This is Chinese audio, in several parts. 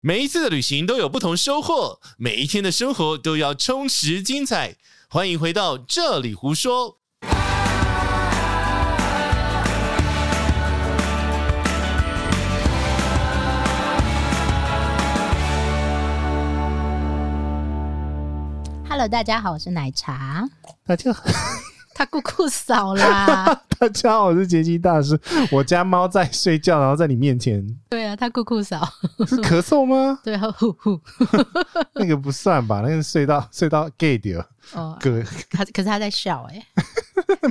每一次的旅行都有不同收获，每一天的生活都要充实精彩。欢迎回到这里胡说。 Hello，大家好，我是奶茶，大家好，他姑姑嫂 啦，大家好，我是杰西大师。我家猫在睡觉，然后在你面前对啊，他姑姑嫂，是咳嗽吗？对啊，呼呼那个不算吧？那个睡到睡到 gay 掉， 哦， 嗝。他可是他在笑哎、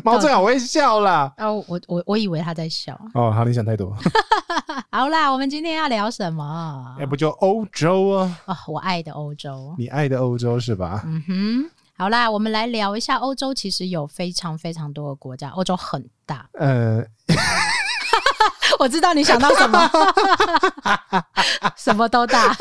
猫最好会笑啦。啊，我我我以为他在笑，哦，好，你想太多。好啦，我们今天要聊什么哎、？不就欧洲啊？哦，我爱的欧洲，你爱的欧洲是吧？嗯哼，好啦，我们来聊一下欧洲，其实有非常非常多的国家，欧洲很 大，呃，我知道你想到什 么，什么都 大，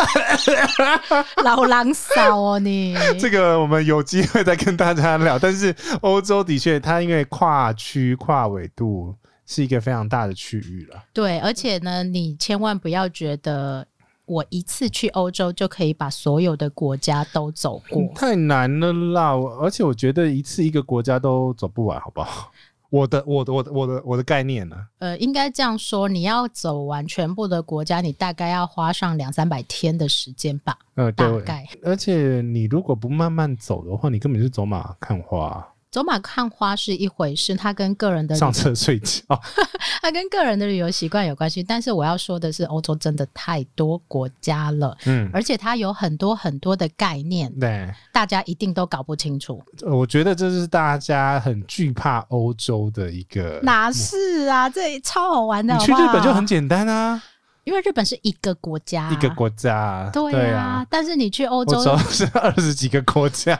老狼嫂哦你，这个我们有机会再跟大家聊。但是欧洲的确，它因为跨区、跨纬度是一个非常大的区域了。对，而且呢，你千万不要觉得我一次去欧洲就可以把所有的国家都走过。太难了啦！我而且我觉得一次一个国家都走不完，好不好？我的我的我的我的我的概念啊呢、呃，应该这样说，你要走完全部的国家，你大概要花上两三百天的时间吧，呃，对，大我概。而且你如果不慢慢走的话，你根本是走马看花，走马看花是一回事，它跟个人的上车睡觉。它跟个人的旅游习惯有关系。但是我要说的是，欧洲真的太多国家了，嗯，而且它有很多很多的概念，对，大家一定都搞不清楚。呃我觉得这是大家很惧怕欧洲的一个。哪是啊？这超好玩的你好去不日本就好很简单啊，因为日本是一个国家啊，一个国家。对对啊，。但是你去欧洲欧，洲是 二十几个国家，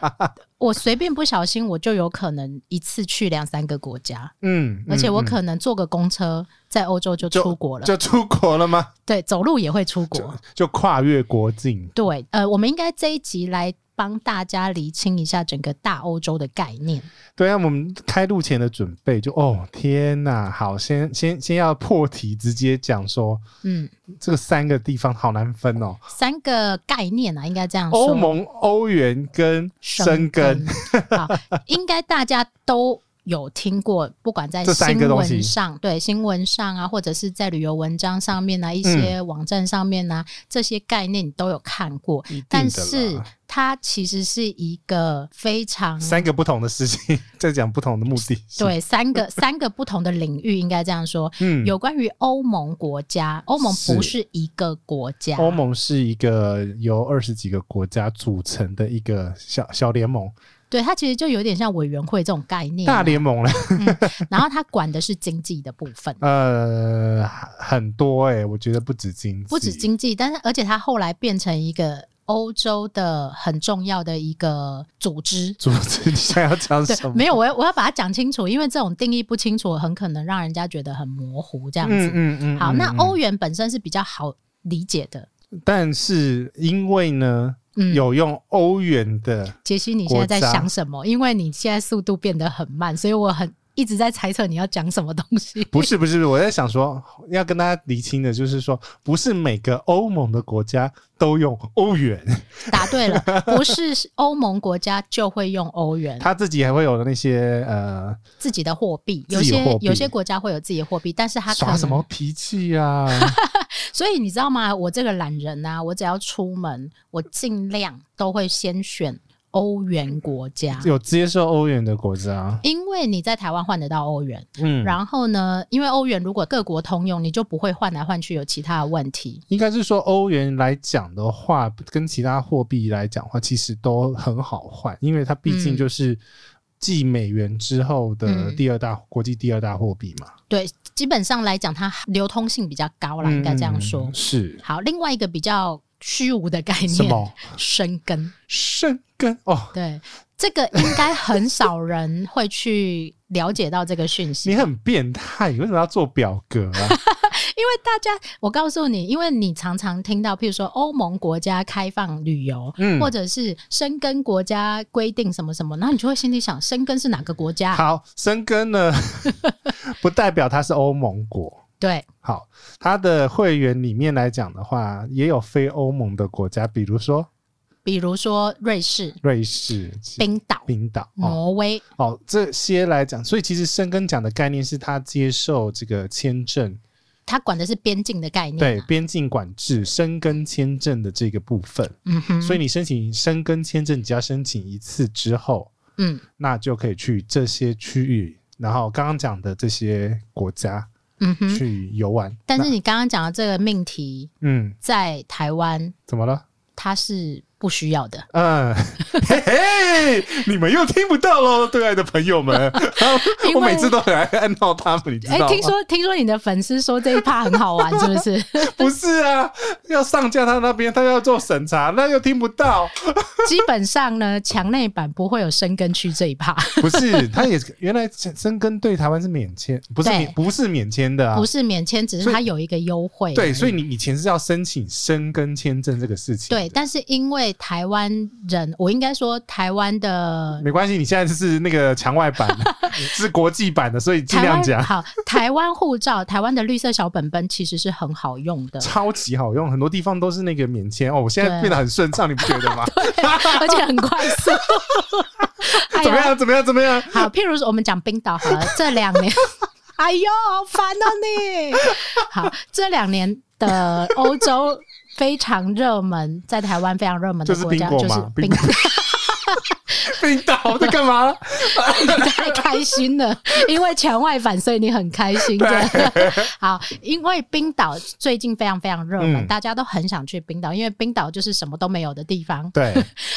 我随便不小心，我就有可能一次去两三个国家，嗯，而且我嗯可能坐个公车在欧洲就就出国了，就出国了吗？对，走路也会出国。就跨越国境，对，呃，我们应该这一集来帮大家厘清一下整个大欧洲的概念。对啊，我们开录前的准备就哦天呐，好，先先先要破题，直接讲说嗯，这个三个地方好难分哦，三个概念啊，应该这样说。欧盟、欧元跟生根，好， 应该大家都有听过，不管在这三新个东西闻上，对新闻上啊，或者是在旅游文章上面嗯啊，一些网站上面啊，这些概念你都有看过，一定的啦但是它其实是一个非常三个不同的事情， 在讲不同的目的。，嗯对三个三个不同的领域，应该这样说。 嗯，有关于欧盟国家，欧盟不是一个国家，欧盟是一个由二十几个国家组成的一个小小联盟，对它其实就有点像委员会这种概念啊、大联盟了。然后它管的是经济的部分。 呃，很多哎、我觉得不止经济，不止经济，但是而且它后来变成一个欧洲的很重要的一个组织。组织，你想要讲对什么？，没有，我要我要把它讲清楚，因为这种定义不清楚，很可能让人家觉得很模糊这样嗯子。嗯嗯，好，嗯那嗯欧元本身是比较好理解的。但是因为呢，嗯，有用欧元的，杰西，你现在在国家想什么？因为你现在速度变得很慢，所以我很一直在猜测你要讲什么东西。 不是不是，我在想说，要跟大家厘清的就是说，不是每个欧盟的国家都用欧元，答对 了，不是欧盟国家就会用欧元，他自己还会有那些呃自己的货币，有自己的些货币有些国家会有自己的货币，但是它可耍能什么脾气啊， 所以你知道吗？我这个懒人啊，我只要出门，我尽量都会先选欧元国家，有接受欧元的国家，因为你在台湾换得到欧元，嗯，然后呢，因为欧元如果各国通用，你就不会换来换去有其他的问题。应该是说欧元来讲的话，跟其他货币来讲的话，其实都很好换，因为它毕竟嗯就是继美元之后的嗯第二大、国际第二大货币嘛，对，基本上来讲，它流通性比较高啦，应该这样说。嗯是。好，另外一个比较虚无的概什念，么生根。生根哦？对，这个应该很少人会去了解到这个讯息。你很变态，你为什么要做表格啊？因为大家，我告诉你，因为你常常听到，譬如说欧盟国家开放旅游，嗯或者是深根国家规定什么什么，然后你就会心里想，深根是哪个国家？好，生根呢，不代表它是欧盟国，对，好，它的会员里面来讲的话，也有非欧盟的国家，比如说比如说瑞士、瑞士、冰岛、冰岛、哦挪威，哦这些来讲，所以其实申根奖的概念是它接受这个签证，它管的是边境的概念、啊对，边境管制、申根签证的这个部分。嗯哼，所以你申请申根签证，只要申请一次之后，嗯那就可以去这些区域，然后刚刚讲的这些国家嗯哼。去游玩。但是那你刚刚讲的这个命题，嗯，在台湾怎么了？它是不需要的，嗯， 嘿嘿，你们又听不到喽，对爱的朋 友们，因为我每次都很爱按到他们，你知哎、道吗？哦听说听说你的粉丝说这一趴很好玩，是不 是？不是啊，要上架他那边，他要做审查，那又听 不到。基本上呢，墙内版不会有深根区这一趴，不是，他也原来深根对台湾是免签，不是对免不是免签的啊不。是免签，只是所以它有一个优惠而已。对，所以你以前是要申请深根签证这个事情。对，，但是因为台湾人，我应该说台湾的没关系，你现在是那个墙外版， 是国际版的，所以尽台量湾 讲。。好，台湾护照，台湾的绿色小本本其实是很好用的 超级好用，很多地方都是那个免签哦。我现在对啊变得很顺畅，你不觉得 吗？而且很快 速，哎怎么呀，样？怎么样？怎么样？好，譬如说我们讲冰岛好了，这两年， 哎呦，好烦哦你。好，这两年的欧洲非常热门，在台湾非常热门的就是国家冰果就是嘛冰冰，冰岛在 干嘛？你太开心了，因为墙外反，所以你很开心。这样好，因为冰岛最近非常非常热门，嗯大家都很想去冰岛，因为冰岛就是什么都没有的地方。对，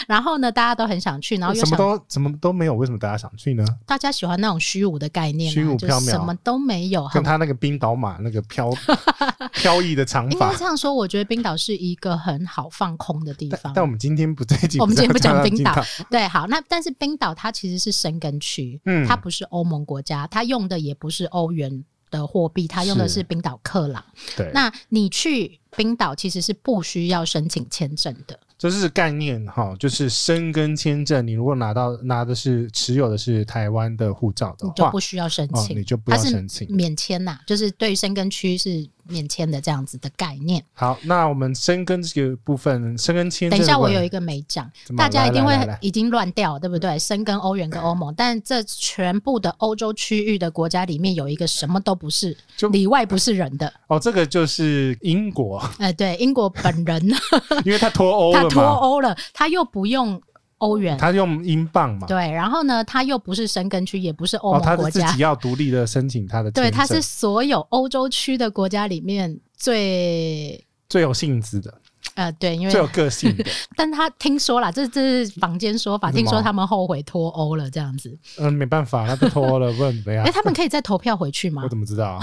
然后呢，大家都很想去，然后又什想么都什么都没有，为什么大家想去呢？大家喜欢那种虚无的概念、啊，虚无就是缥缈什么都没有，很跟他那个冰岛马那个飘 飘逸的长应发该。这样说。我觉得冰岛是一个很好放空的地但方。但我们今天不在一起，我们今天不 是要讲到冰冰岛，对，好，那但是冰岛它其实是申根区，嗯它不是欧盟国家，它用的也不是欧元的货币，它用的是是冰岛克朗。对，那你去冰岛其实是不需要申请签证的，这是概念哈，就是申根签证。你如果拿到拿的是持有的是台湾的护照的你就话不，需要申哦，请，你就不它要是申请。免签呐、就是对于申根区是免签的这样子的概念。好，那我们申根这个部分，申根签证等的一话。下，我有一个没讲，怎么大家一定来会来来来已经乱掉，对不对？申根、欧元跟欧盟，但这全部的欧洲区域的国家里面有一个什么都不是就，里外不是人的。哦，这个就是英 国，呃，对，英国本人 因为他脱欧他了脱嘛，欧了，他又不用欧元，他用英镑嘛，对，然后呢，他又不是申根区，也不是欧哦，他盟是国自家，己要独立的申请他的签对，证，它是所有欧洲区的国家里面最最有性子的，呃，对，因最有为个性 的。但他听说啦，这这是坊间说法，是吗听说他们后悔脱欧了这样子。嗯，没办法，他都脱欧了，不然怎 么样哎、？他们可以再投票回去吗我？怎么知道啊？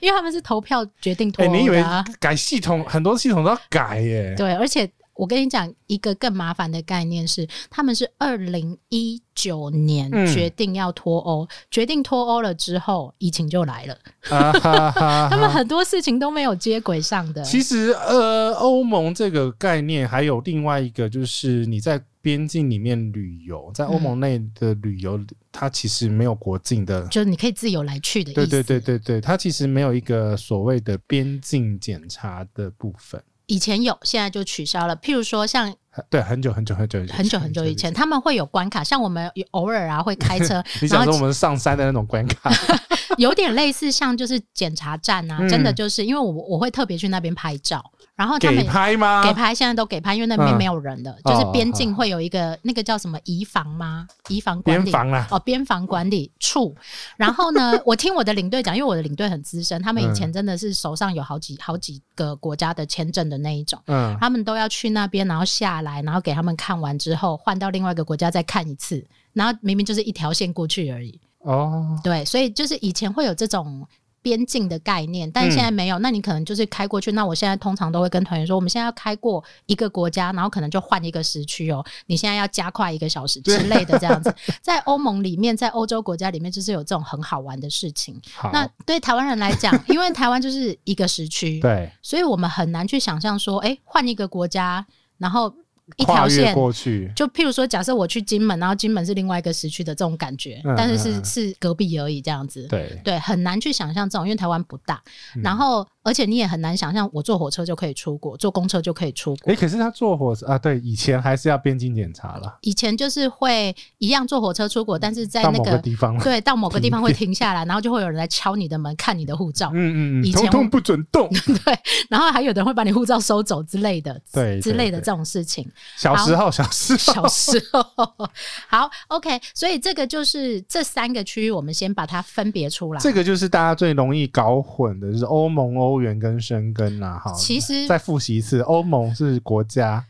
因为他们是投票决定脱哎，欧你以为的、啊改系统，很多系统都要改耶？对，而且我跟你讲，一个更麻烦的概念是，他们是二零一九年嗯决定要脱欧，决定脱欧了之后，疫情就来了，啊哈哈他们哈。很多事情都没有接轨上的。其实，呃，欧盟这个概念还有另外一个，就是你在边境里面旅游，在嗯欧盟内的旅游，它其实没有国境的就是你可以自由来去的意思。对对对对对，它其实没有一个所谓的边境检查的部分。以前有，现在就取消了。譬如说，像对，很久很久很久以前，很久很久以前，。他们会有关卡，像我们有偶尔啊会开车 你然想说我后们上山的那种关卡， 有点类似像就是检查站啊，嗯真的就是因为我我会特别去那边拍照，然后他给们。拍吗？给拍现在都给拍，因为那边嗯没有人的，哦就是边境会有一个、那个叫什么移防吗？移防管边理防啦。哦，边防管理处。然后 呢，我听我的领队讲，因为我的领队很资深，他们以嗯前真的是手上有好几好几个国家的签证的那一种。嗯，他们都要去那边，然后下来，然后给他们看完之后，换到另外一个国家再看一次，然后明明就是一条线过去而已。哦，对，所以就是以前会有这种。边境的概念，但现在没有。那你可能就是开过去。那我现在通常都会跟团员说，我们现在要开过一个国家，然后可能就换一个时区哦。你现在要加快一个小时之类的，这样子。在欧盟里面，在欧洲国家里面，就是有这种很好玩的事情。好，那对台湾人来讲，因为台湾就是一个时区，对，所以我们很难去想象说，哎、换一个国家，然后一跨条越线。过去，就譬如说，假设我去金门，然后金门是另外一个时区的这种感觉，嗯但是嗯是嗯是隔壁而已这样子。对，对，很难去想象这种，因为台湾不大，嗯然后而且你也很难想象我坐火车就可以出国，坐公车就可以出国。哎、可是他坐火车啊，对，以前还是要边境检查啦，以前就是会一样坐火车出国，但是在到那某个个地方了。对到某个地方会停下来，然后就会有人来敲你的门，看你的护照，嗯嗯嗯，以前通我通不准 动。然后还有的人会把你护照收走之类的，对之对类的对这种事情。小时候，小时 小候，时候。好，OK，所以这个就是这三个区域，我们先把它分别出来。这个就是大家最容易搞混的，就是欧盟、欧元跟申根啦。哈，其实再复习一次，欧盟是国家，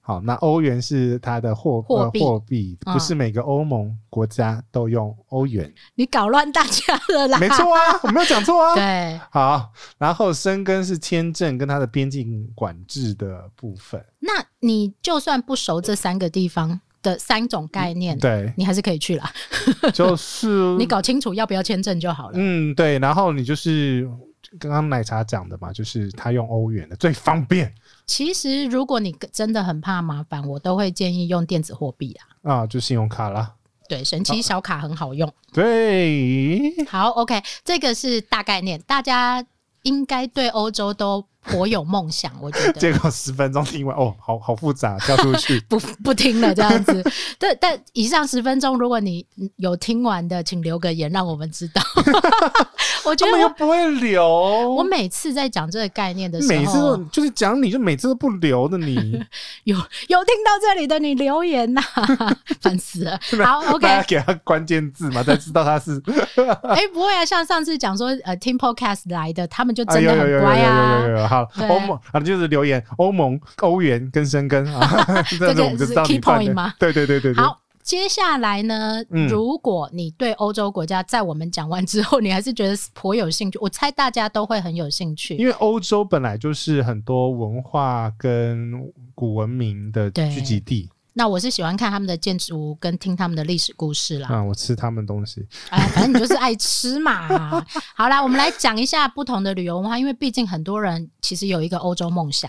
好，那欧元是它的货货呃币货币，嗯不是每个欧盟国家都用欧元，你搞乱大家了 啦！没错 啊，我没有讲错啊。对，好，然后申根是签证跟它的边境管制的部分，那你就算不熟这三个地方的三种概念，嗯对，你还是可以去啦。就 是你搞清楚要不要签证就好了。嗯，对，然后你就是刚刚奶茶讲的嘛，就是他用欧元的最方便其实，如果你真的很怕麻烦，我都会建议用电子货币啊。啊，就信用卡啦。对，神奇小卡很好用。对，好，OK，这个是大概念，大家应该对欧洲都颇有梦想，我觉得。。结果十分钟听完，哦，好好复杂，跳出去不不听了这样子。 但但以上十分钟，如果你有听完的，请留个言让我们知道。 我 觉得他们又我不会留，我每次在讲这个概念的时候，每 次都就是讲你就每次都不留的你，有有听到这里的你留言呐、 烦死 了。好，OK，大家给他关键字嘛，才知道 他是哎、不会啊，像上次讲说呃听 Podcast 来的，他们就哎真呦的呦很呦呦乖呦啊。呦呦，好，对欧盟啊就是留言欧盟、欧元跟申根啊， 这这样个我们就是知道 key 你犯 point 的吗对对对对对，好。接下来呢？嗯如果你对欧洲国家在我们讲完之后，你还是觉得颇有兴趣，我猜大家都会很有兴趣。因为欧洲本来就是很多文化跟古文明的对聚集地那我是喜欢看他们的建筑物跟听他们的历史故事啦。啊，我吃他们东西。 哎，反正你就是爱吃嘛。好啦，我们来讲一下不同的旅游文化，因为毕竟很多人其实有一个欧洲梦想，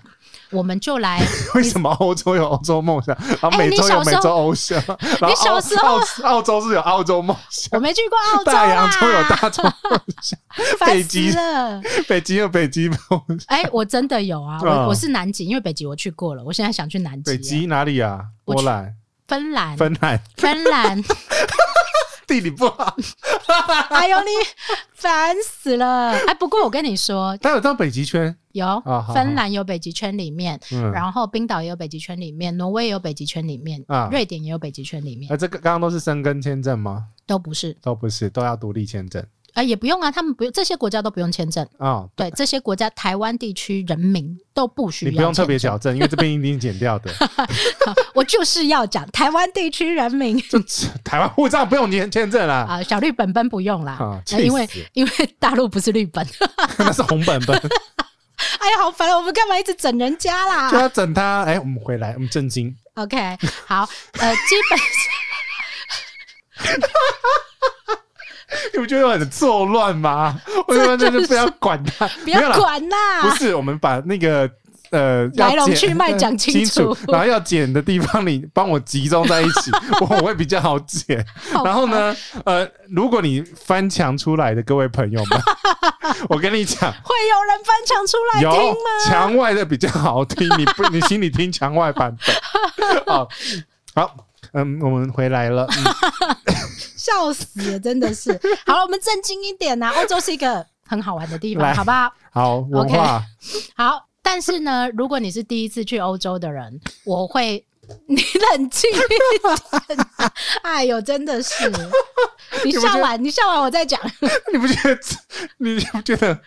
我们就 来。为什么欧洲有欧洲梦想，然后哎美你洲有小时美候洲欧想， 然后澳小时候澳澳洲是有澳洲梦我想，没去过 澳洲大洋洲有啦，大洲 梦想， 烦北死极了！北极有北极梦想，哎，我真的有啊，嗯我我是南极，因为北极我去过了，我现在想去南极。北极哪里啊？我波去兰、芬兰，芬兰，芬兰，地理不好。哎呦你烦死了！哎，不过我跟你说，但有到北 极圈，有啊好好芬兰有北极圈里面，嗯，然后冰岛也有北极圈里面，挪威也有北极圈里面，啊瑞典也有北极圈里面，啊，这个刚刚都是生根签证吗？都不是，都不是，都要独立签证啊，也不用啊，他们不用这些国家都不用签证，啊。对，这些国家台湾地区人民都不需你要，不用特别，矫正，因为这边一定减掉 的。我就是要讲台湾地区人 民台湾护照不用签签证啦，啊，小绿本本不用啦，啊那气因为死因为大陆不是绿本， 那是红本本，哎呀，好烦哦，我们干嘛一直整人家就啦要整他。哎，我们回来，我们震惊， ？OK，好，呃，基本上你不觉得很错乱吗？ 我他妈就就是不要管他，不 没有要啦，管啦，不是我们把那个。呃，要来龙剪去脉讲 清清楚然后要剪的地方你帮我集中在一 起，我我会比较好剪。好然后呢，呃，如果你翻墙出来的各位朋友们， 我跟你讲，会有人翻墙出来听有吗？墙外的比较好听，你 不你心里听墙外版本。好，好，嗯，我们回来了。 嗯笑死了，真的 是。好了，我们正经一点呐、啊欧洲是一个很好玩的地来方，好不好？好，文化 好，但是呢，如果你是第一次去欧洲的人，我会。 你冷静一点、啊，哎呦，真的是！你笑完，你笑完我再讲。你不觉得这你你不觉得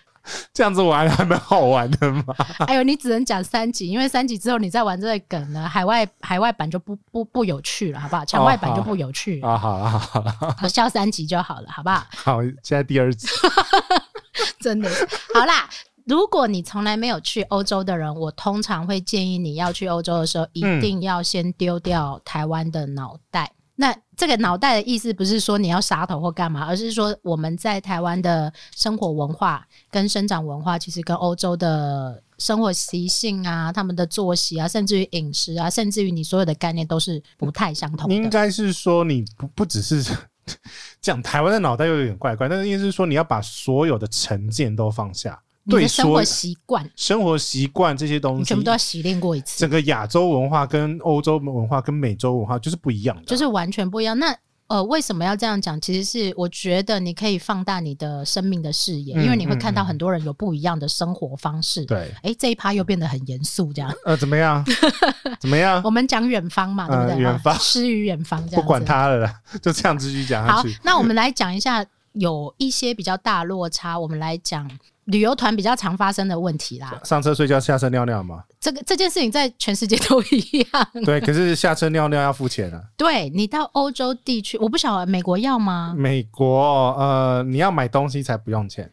这样子玩还蛮好玩 的吗？哎呦，你只能讲三集，因为三集之后你再玩这个梗呢，海外海外版就不不不有趣了，好不好？墙外版就不有趣了，啊，好了好了我笑三集就好了，好不好？好，现在第二集真的是好啦。如果你从来没有去欧洲的人，我通常会建议你要去欧洲的时候，一定要先丢掉台湾的脑袋。那这个脑袋的意思不是说你要杀头或干嘛，而是说我们在台湾的生活文化跟生长文化，其实跟欧洲的生活习性啊、他们的作息啊，甚至于饮食啊，甚至于你所有的概念都是不太相同你应的。该是说你不不只是讲台湾的脑袋又有点怪怪，但是意思是说你要把所有的成见都放下，你对嗯的生所活有习惯，生活习惯这些东你西全部都要洗练过一次整，个亚洲文化跟欧洲文化跟美洲文化就是不一样的啊，就是完全不一样。那呃，为什么要这样讲？其实是我觉得你可以放大你的生命的视野，嗯因为你会看到嗯嗯很多人有不一样的生活方式。对，哎、这一趴又变得很严肃，这样。呃，怎么 样？怎么样我？们讲远方 嘛，对不对？嗯远方啊诗与远方这样。不管。他了啦， 就这样继续讲下好去。，那我们来讲一下有一些比较大落差，我们来讲旅游团比较常发生的问题啦。上车睡觉，下车尿尿 嘛。这个这件事情在全世界都一样。 对，可是下车尿尿要付钱啊。对你到欧洲地区，我不晓得美国要吗？美国呃，你要买东西才不用钱，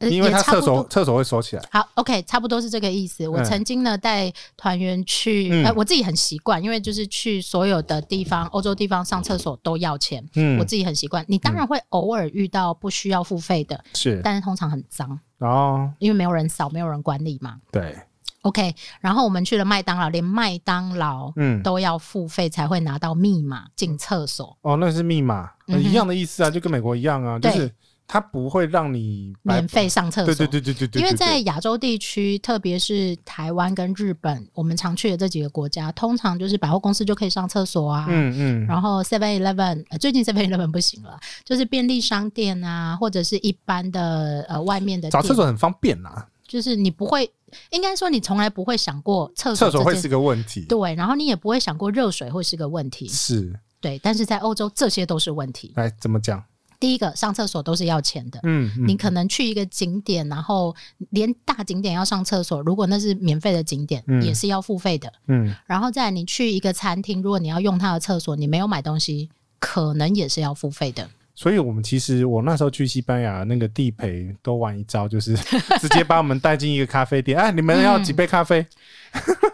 呃因为也他差厕不多所厕所会锁起来。好，OK，差不多是这个意思。我嗯曾经呢带团员去，嗯呃，我自己很习惯，因为就是去所有的地方，欧洲地方上厕所都要钱，我嗯，自己很习惯。你当然会偶尔遇到不需要付费的，是。但是通常很脏。然后因为没有人扫，没有人管理嘛。对， OK，然后我们去了麦当劳，连麦当劳嗯，都要付费才会拿到密码进厕所，哦，那是密码、呃嗯哼一样的意思啊，就跟美国一样啊，就对是它不会让你白免。费上厕所。啊对对对对对对，因为对在对亚洲地区，特别是台湾跟日本，我们常去的这几个国家，通常就是百货公司就可以上厕所啊。嗯嗯，然后 Seven Eleven，、呃最近 Seven Eleven 不行了，就是便利商店啊，或者是一般的呃外面的找店，厕所很方便啦，就是你不会，应该说你从来不会想过厕所厕所这会件是个问题。对，然后你也不会想过热水会是个问题，是，对。但是在欧洲，这些都是问题。来怎么讲？第一个，上厕所都是要钱的。嗯，嗯你可能去一个景点，然后连大景点要上厕所，如果那是免费的景点，嗯也是要付费的。嗯，然后再来你去一个餐厅，如果你要用它的厕所，你没有买东西，可能也是要付费 的。所以我们其实我那时候去西班牙那个地陪都玩一 招，就是直接把我们带进一个咖啡店，哎，你们要几杯咖啡？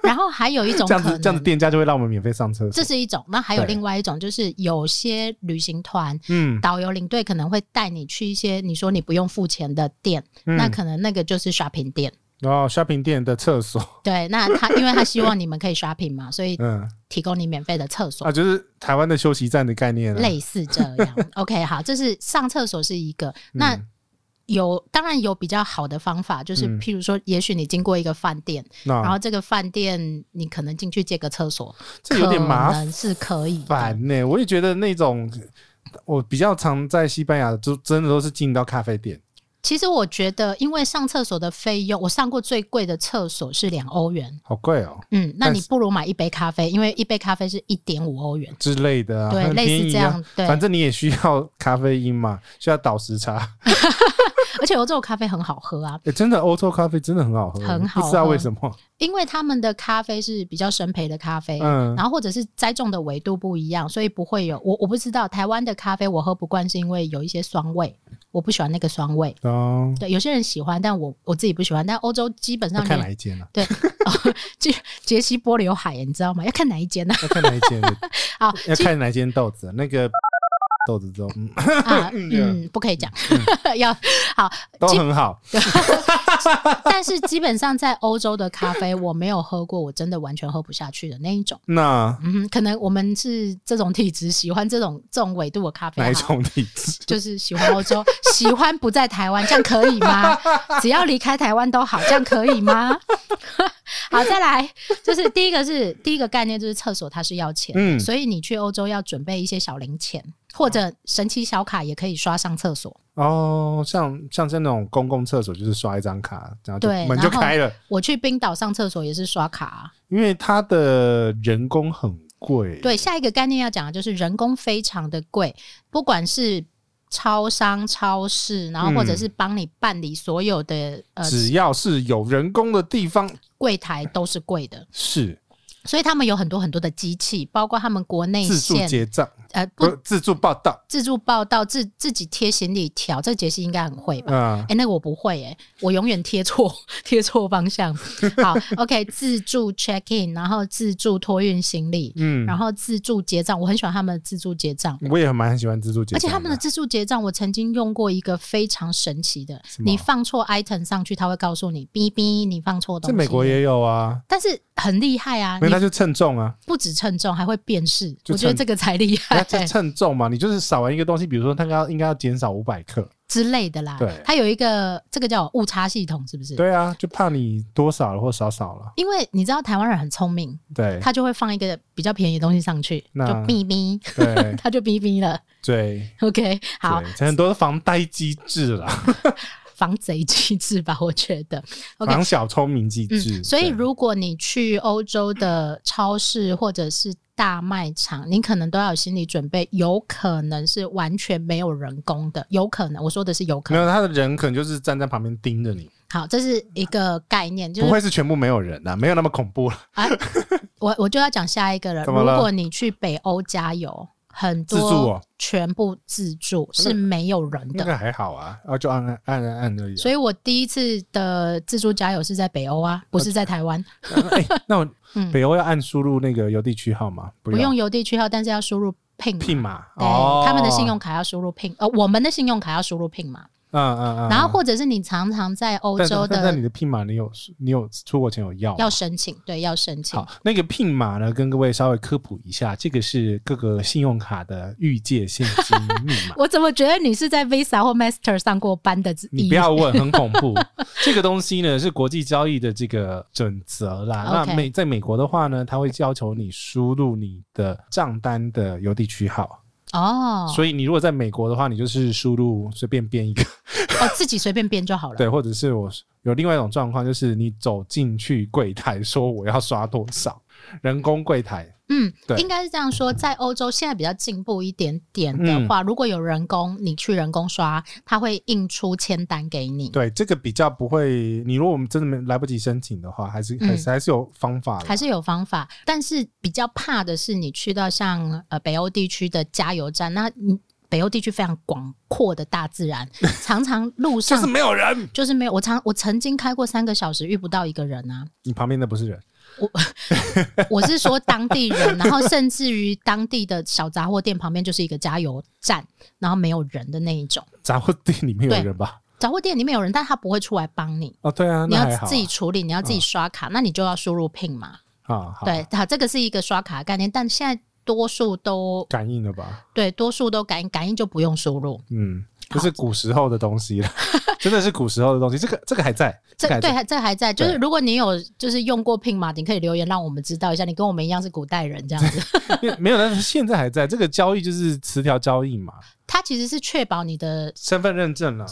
然后还有一种这样可子这样能子，店家就会让我们免费上厕所这。是一种。那还有对另外一种，就是有些旅行团嗯，导游领队可能会带你去一些你说你不用付钱的店，嗯那可能那个就是 shopping 店。然后 shopping 店的 厕所，对，那他因为他希望你们可以 shopping 嘛，所以嗯提供你免费的厕所，啊，就是台湾的休息站的概念啊。类似这样。OK，好， 这是上厕所是一个。那嗯有当然有比较好的方法，就是嗯啊譬如说，也许你经过一个饭店，然那后这个饭店你可能进去借个厕所，这有点麻可能是可以的。烦呢、我也觉得那种我比较常在西班牙的，就真的都是进到咖啡店。其实我觉得，因为上厕所的费用，我上过最贵的厕所是两欧元。好贵哦、嗯，那但你是不如买一杯咖啡，因为一杯咖啡是一点五欧元。之类的啊，对，很类便似宜这啊样。。对，反正你也需要咖啡因嘛， 需要倒时差。 而且欧洲的咖啡很好喝啊，欸、真的，欧洲咖啡真的很好喝，很好喝不知道为什么。因为他们的咖啡是比较生培的咖啡。嗯然后或者是栽种的纬度不一样，所以不会有我我不知道台湾的咖啡我喝不惯，是因为有一些酸味，我不喜欢那个酸味。哦，对，有些人喜欢，但我我自己不喜欢。但欧洲基本要上看连哪一 间啊？哦杰西波流海，你知道吗？要看哪一 间呢、要看哪一间？ 啊？好，其要实看哪一间豆子？啊那个 豆子都嗯啊，这样嗯，不可以讲， 要好。都基很好。但是基本上在欧洲的咖啡，我没有喝过，我真的完全喝不下去的那一种。那嗯哼，可能我们是这种体质，喜欢这种这种纬度的咖啡。哪一？种体质？就是喜欢欧洲，喜欢不在台湾，这样可以 吗？只要离开台湾都好，这样可以吗？ 好，再来，就是第一个是第一个概念，就是厕所它是要钱，嗯所以你去欧洲要准备一些小零钱，或者神奇小卡也可以刷上厕所。哦，像像是那种公共厕所，就是刷一张卡，然后就对门就然后开了，我去冰岛上厕所也是刷卡啊、因为它的人工很贵。对，下一个概念要讲的就是人工非常的贵，不管是超商、超市，然后或者嗯是帮你办理所有的、呃只要是有人工的地方柜台都是贵的，是所以他们有很多很多的机器，包括他们国内自助线结账，呃不不是自助报道，自助报到自自己贴行李条，这杰西应该很会吧？嗯哎、，那个我不会 哎、我永远贴错贴错方向。好，OK，自助 check in，然后自助托运行李，嗯然后自助结账，我很喜欢他们的自助结账。我也蛮喜欢自助结而账，且他们的自助结账，我曾经用过一个非常神奇的，么你放错 item 上去，他会告诉你，哔哔，你放错东这西。美国，也有啊，但是很厉害啊！没有你它就称重 啊，不止称重，还会辨识，就我觉得称这个才厉它害就称重嘛，你就是少完一个东西，比如说它要应该要减少五百克， 之类的啦对。它有一个这个叫误差系统，是不是？对啊，就怕你多少了或少少了，因为你知道台湾人很聪明，对他就会放一个比较便宜的东西上去，就那哔 哔， 对他就哔哔了。对 OK，好，对，很多防呆机制啦，防贼机制吧，我觉得。OK，防小聪明机制，嗯，所以对如果你去欧洲的超市或者是大卖场，你可能都要有心理准备，有可能是完全没有人工的，有可能，我说的是有可没能。有他的人可能就是站在旁边盯着你，好，这是一个概念，就不是会是全部没有人啊，没有那么恐怖了，啊，我我就要讲下一个了。怎如么了果你去北欧加油，很自助多哦全部自助是没有人那的。个还好啊，然后就按按按按按而已啊。所以我第一次的自助加油是在北欧啊，呃不是在台湾，哎，那我嗯北欧要按输入那个邮递区号吗？不不用邮递区号，但是要输入 PIN 聘嘛，对，哦，他们的信用，卡要输入 PIN，呃，我们的信用卡要输入 PIN 嘛。嗯嗯嗯，然后或者是你常常在欧但是洲但但的你的聘码你有你有出国前有要吗要申请，对，要申请好。，那个聘码呢，跟各位稍微科普一下，这个是各个信用卡的预借现金密码。 我怎么觉得你是在 Visa 或 Master 上过班的？你不要问，很 恐怖。这个东西呢是国际交易的这个准则啦。那 OK 美在美国的话呢，它会要求你输入你的账单的邮递区号，哦，所以你如果在美国的话，你就是输入随便编一个，哦，自己随便编就好了。对，或者是我有另外一种状况，就是你走进去柜台说我要刷多少，人工柜台，嗯对，应该是这样说，在欧洲现在比较进步一点点的嗯话，如果有人工，你去人工刷，他会印出签单给你，对，这个比较不会。你如果我们真的没来不及申请的话，还是还是、还是有方法的。嗯还是有方法。但是比较怕的是，你去到像呃北欧地区的加油站，那你北欧地区非常广阔的大自 然，常常路就上是没有人，就是没有。我常我曾经开过三个小时遇不到一个人啊，你旁边的不是人，我是说当地人，然后甚至于当地的小杂货店旁边就是一个加油站，然后没有人的那一种。杂货店里面有对人吧？杂货店里面有人，但他不会出来帮你，哦，对啊，你那还要好啊自己处理，你要自己刷卡，那你就要输入 PIN 嘛。啊，好对，好，这个是一个刷卡的概念，但现在多数都感应了吧？对，多数都感应感应就不用输入。嗯，好这是古时候的东西了， 真的是古时候的东西。这个这个还在，这这个还对在。还这还在，就对是如果你有就是用过 PIN 码，你可以留言让我们知道一下，你跟我们一样是古代人这样 子。因为没有，但是现在还在。这个交易就是词条交易嘛，它其实是确保你的身份认证了。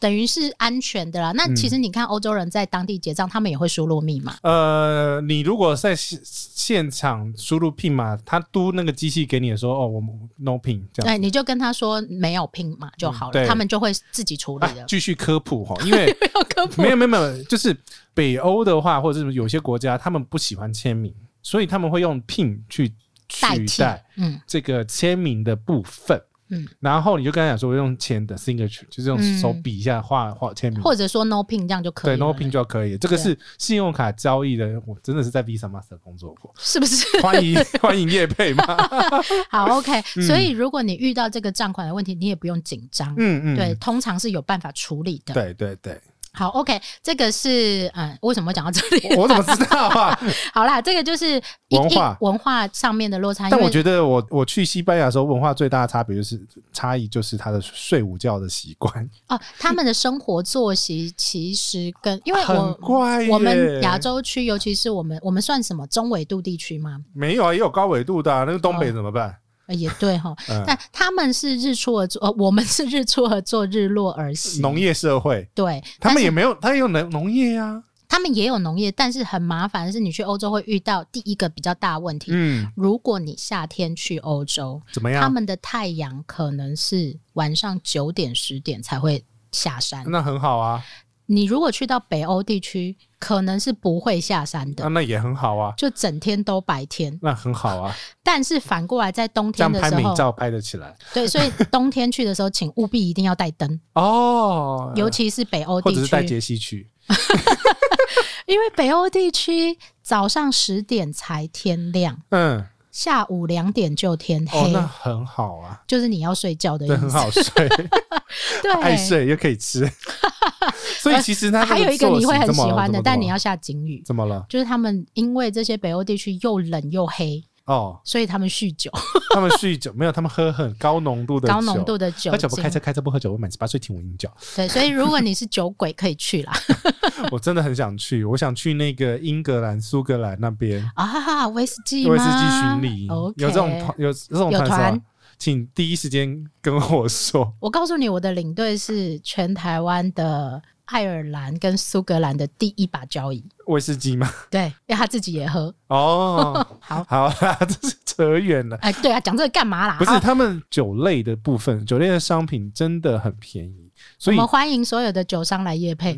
等于是安全的啦。嗯那其实你看欧洲人在当地结账，他们也会输入密码。呃，你如果在现现场输入 PIN 码，他嘟那个机器给你的时候，哦，我们 no PIN 这样子。对，你就跟他说没有 PIN 码就好嗯对了，他们就会自己处理啊 的。继续科 普哈，因为不要科普没有没有没有，就是北欧的话，或者是有些国家，他们不喜欢签名，所以他们会用 PIN 去代取替代，嗯这个签名的部分。嗯，然后你就跟他讲说用签的 signature，就是用嗯手比一下画画签名，或者说 no pin 这样就可以嗯啊对了。 no PIN 就可以了。这个是信用卡交易的，我真的是在 Visa Master 工作过，是不是？ 欢迎欢迎叶配嘛，好，OK。所嗯以如果你遇到这个账款的问题，你也不用紧张。嗯嗯，对，通常是有办法处理的。对对 对，好，OK，这个是嗯，为什么会讲到这里？我我怎么知道啊？ 好啦，这个就是一文化一文化上面的落差。但因我为觉得我我去西班牙的时候，文化最大的差别就是差异就是他的睡午觉的习惯，哦，他们的生活作息其实跟因为很我怪耶。我们亚洲区，尤其是我们我们算什么中纬度地区吗？没有啊，也有高纬度的、哦啊，那个东北怎么办？呃也对哈， 嗯但他们是日出而作，呃，我们是日出而作，日落而息。农业社会，对，他但们是也没有，他也有农农业啊，他们也有农业，但是很麻烦的是，你去欧洲会遇到第一个比较大的问题。嗯，啊如果你夏天去欧洲，怎么他样？们的太阳可能是晚上九点十点才会下山，那很好啊，你如果去到北欧地区，可能是不会下山啊，的，那也很好啊，就整天都白天。那很好啊，但是反过来，在冬这天样的拍时美候，照拍得起来对， 所以冬天去的时候，请务必一定要带灯，哦。尤其是北欧或地者是带区，杰西去，因为北欧地区早上十点才天亮，嗯，下午两点就天哦，黑，那很好啊，就是你要睡觉的意对，很思。好睡，对，啊 呃爱睡又可以吃， 所以其实它还有一个个你会很喜欢作的，息但你怎么了要下警语，怎么了？就是他们因为这些北欧地区又冷又黑，哦，所以他们酗酒，他们酗酒没有，他们喝很高浓度的高浓酒度的酒喝酒不精开车，开车不喝酒。我满十八岁请我饮酒，对，所以如果你是酒鬼，可以去 啦我真的很想去，我想去那个英格兰、苏格兰那边啊，威士忌吗？威士忌巡礼 o，k 有这种团，有这种有团是团吧，请第一时间跟我说。我告诉你，我的领队是全台湾的爱尔兰跟苏格兰的第一把交椅，威士忌吗？对，因为他自己也喝。 哦，好，好啦，这是扯远了。哎、对啊，讲这个干嘛啦？不是，啊他们酒类的部分，酒类的商品真的很便宜，所我以们欢迎所有的酒商来夜配。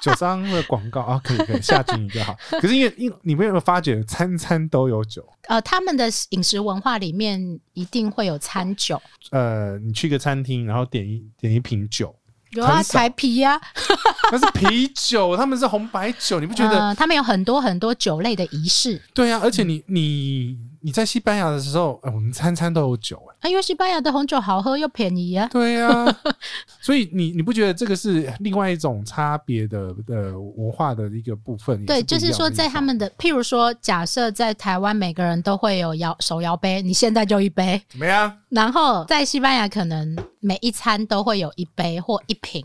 酒商的广告 啊，可以可以下金鱼就好。 可是因为因你们有没有发觉，餐餐都有酒？呃，他们的饮食文化里面一定会有餐酒，呃，你去一个餐厅，然后点一点一瓶酒，有啊，很少台啤呀、啊，那是啤酒，他们是红白酒，你不觉得？呃，他们有很多很多酒类的仪式。对啊，而且嗯你你你在西班牙的时候，哎、我们餐餐都有酒、哎，啊，因为西班牙的红酒好喝又便宜啊。对啊，所以你你不觉得这个是另外一种差别的呃文化的一个部分？对，也不就一样的是说，在他们的，譬如说，假设在台湾每个人都会有摇手摇杯，你现在就一杯， 怎么样？ 然后在西班牙可能每一餐都会有一杯或一 瓶，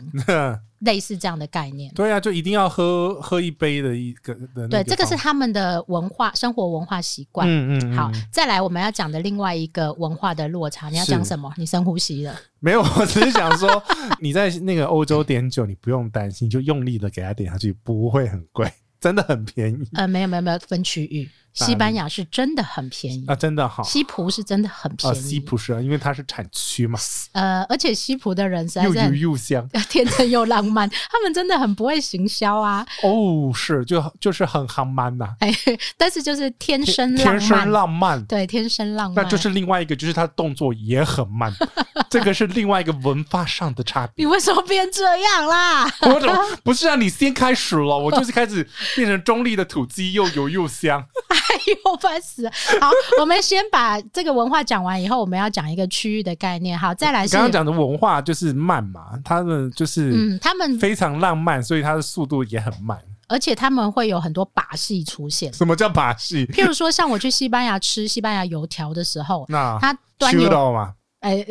类似这样的概念。对啊，就一定要喝喝一杯的一个的那对，这个是方法他们的文化、生活文化习惯。嗯嗯嗯好，再来我们要讲的另外一个文化的落差，你要是讲什么？你深呼吸了。没有，我只是想说，你在那个欧洲点酒，你不用担心，就用力的给它点下去，不会很贵，真的很便宜呃，没有没有没有分区域，嗯哪西班牙是真的很便宜，啊，真的好西葡是真的很便啊。西宜。普是，因为它是产区嘛，呃，而且西葡的人实在又是很油又香 天真又浪漫，他们真的很不会行销啊，哦，是就就是很航漫呐，哎，但是就是天生浪漫，天生浪漫。对，天生浪漫，那就是另外一个，就是它动作也很慢， 这个是另外一个文化上的差你别。为什么变这样啦？ 哎我怎么不是啊？你先开始了，我就是开始变成中立的土鸡，又油 又香。哎呦，烦死了！好， 我们先把这个文化讲完以后，我们要讲一个区域的概念。好，再来你是刚刚讲的文化就是慢嘛，他们就是嗯，他们非常浪漫，所以它的速度也很慢。而且他们会有很多把戏出现，什么叫把戏？譬如说像我去西班牙吃西班牙油条的时候，那他端秋油啊 到嘛？哎，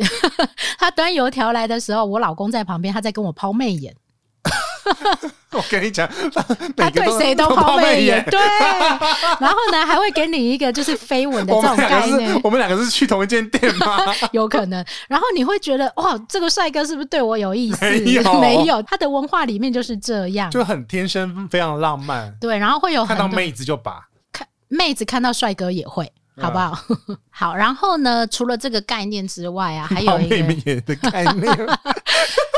他端油条来的时候，我老公在旁边，他在跟我抛媚眼。我跟你讲，他每个对都谁都都抛媚媚眼，。对。然后呢，还会给你一个就是飞吻的我这们种两个概是念， 我们两个是去同一间店 吗？有可能。然后你会觉得哇，这个帅哥是不是对我有意思？没有他的文化里面就是这样。就很天生非常浪漫，对，然后会有看很到多妹子就把。看妹子看到帅哥也会，嗯好不好？ 好。然后呢，除了这个概念之外 啊，还有抛一个媚眼的概念，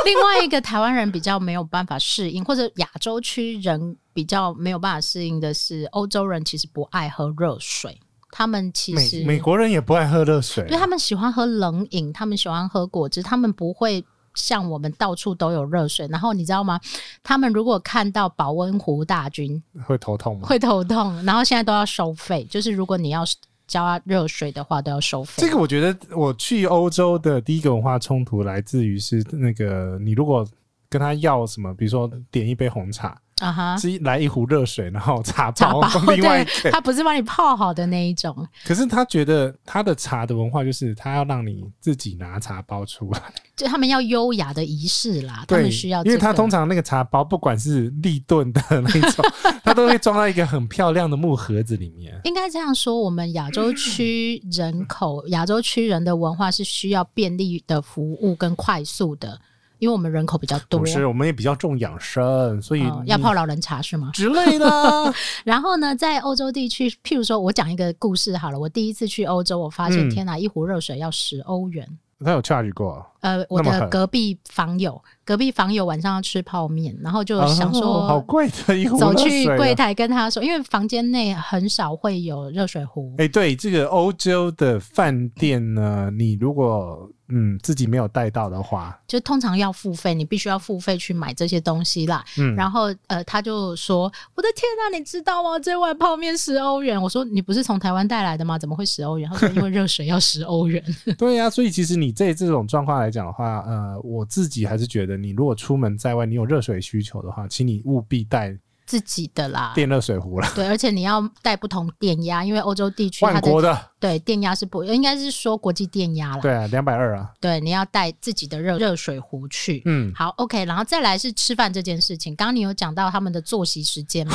另外一个台湾人比较没有办法适应，或者亚洲区人比较没有办法适应的是，欧洲人其实不爱喝热水，他们其实美美国人也不爱喝热水因为，他们喜欢喝冷饮，他们喜欢喝果汁，他们不会像我们到处都有热水。然后你知道吗？他们如果看到保温壶大军会头痛吗？会头痛，然后现在都要收费，就是如果你要浇他热水的话，都要收费。这个我觉得，我去欧洲的第一个文化冲突来自于是那个，你如果跟他要什么，比如说点一杯红茶，啊哈。是来一壶热水，然后茶茶包包，另外一对，个。他不是帮你泡好的那一种，可是他觉得他的茶的文化就是他要让你自己拿茶包出来，就他们要优雅的仪式啦，他对，们需要、这因为他个通常那个茶包不管是立顿的那一 种，他都会装到一个很漂亮的木盒子里面。应该这样说，我们亚洲区人口、亚洲区人的文化是需要便利的服务跟快速的，因为我们人口比较多不，是，我们也比较重养生，所以嗯啊要泡你老人茶是吗？之类 的啊。然后呢，在欧洲地区，譬如说我讲一个故事好了，我第一次去欧洲，我发现、嗯天哪，一壶热水要十欧元，他有 charge 过啊，呃，我那么的狠隔壁房友，隔壁房友晚上要吃泡面，然后就想哦好说贵的一壶走热去水啊柜台跟他说，因为房间内很少会有热水壶，哎、对这个欧洲的饭店呢，你如果嗯自己没有带到的话，就通常要付费，你必须要付费去买这些东西啦。嗯，然后呃，他就说：“我的天啊，你知道吗？这碗泡面十欧元。”我说：“你不是从台湾带来的吗？怎么会十欧元？”他说：“因为热水要十欧 元。对呀、所以其实你在这种状况来讲的话，呃，我自己还是觉得，你如果出门在外，你有热水需求的话，请你务必带”自己的啦，电热水壶了，对，而且你要带不同电压，因为欧洲地区它换的国的，对电压是不，应该是说国际电压啦。对啊，两百二啊，对，你要带自己的热热水壶去。 嗯，好，OK，然后再来是吃饭这件事情。刚刚你有讲到他们的作息时间 嘛，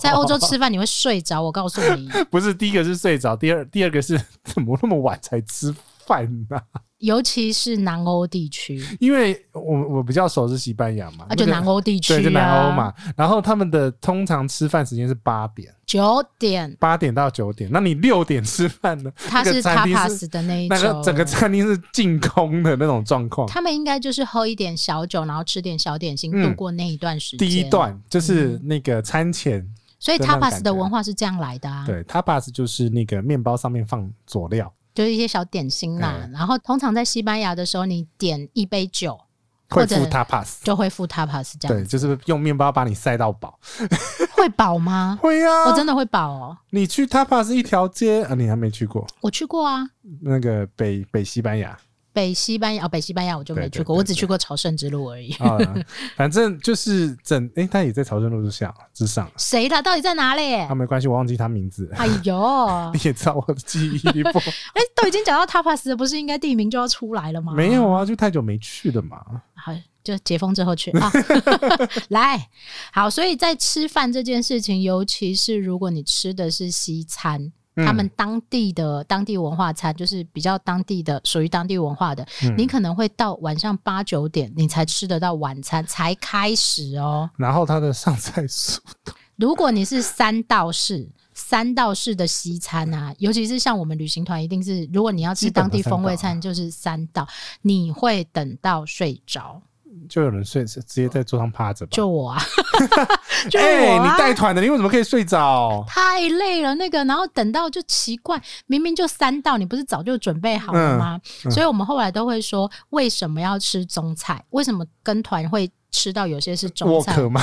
在欧洲吃饭你会睡着，我告诉你，不是第一个是睡着，第二第二个是怎么那么晚才吃饭呢、尤其是南欧地区，因为我我比较熟是西班牙嘛，啊，就那个南欧地区、啊，对，就南欧，嘛。然后他们的通常吃饭时间是八点，九点八点到九点。那你六点吃饭呢？它那是个餐厅是 tapas 的那一那个种，整个餐厅是净空的那种状况。他们应该就是喝一点小酒，然后吃点小点心，嗯度过那一段时间。嗯第一，段就是那个餐前，所以就那种感 tapas 觉的文化是这样来的啊，对，tapas 就是那个面包上面放佐料，就是一些小点心啦、嗯然后通常在西班牙的时候，你点一杯酒或会附者 tapas，就会付 tapas 这对，样，就是用面包把你塞到饱。会饱吗？会我、啊，真的会饱哦。你去 tapas 一条街啊，你还没去过我去过啊，那个北北西班牙。北西班牙哦，北西班牙我就没对对去过，对我只对去过朝圣之路而已。 啊，反正就是整诶，他也在朝圣路之下之上谁啦？到底在哪里？啊，没关系，我忘记他名字了，哎呦你， 也知道我的记忆力不 好。哎，都已经讲到 tapas 了，不是应该地名就要出来了吗？没有啊，就太久没去了嘛。好，就解封之后去 啊。 来，好，所以在吃饭这件事情，尤其是如果你吃的是西餐。嗯他们当地的当地文化餐就是比较当地的，属于当地文化的。嗯你可能会到晚上八九点，你才吃得到晚餐，才开始哦。然后他的上菜速，如果你是三道式，三道式的西餐啊，尤其是像我们旅行团，一定是如果你要吃基本当的地风味三道啊餐，就是三道，你会等到睡着。就有人睡，直接在桌上趴着吧。就我啊， 就哎、我啊，你带团的，你为什么可以睡着？太累了那个，然后等到就奇怪，明明就三道，你不是早就准备好了吗？嗯所以我们后来都会说，为什么要吃中菜？为什么跟团会？吃到有些是中我菜、可吗？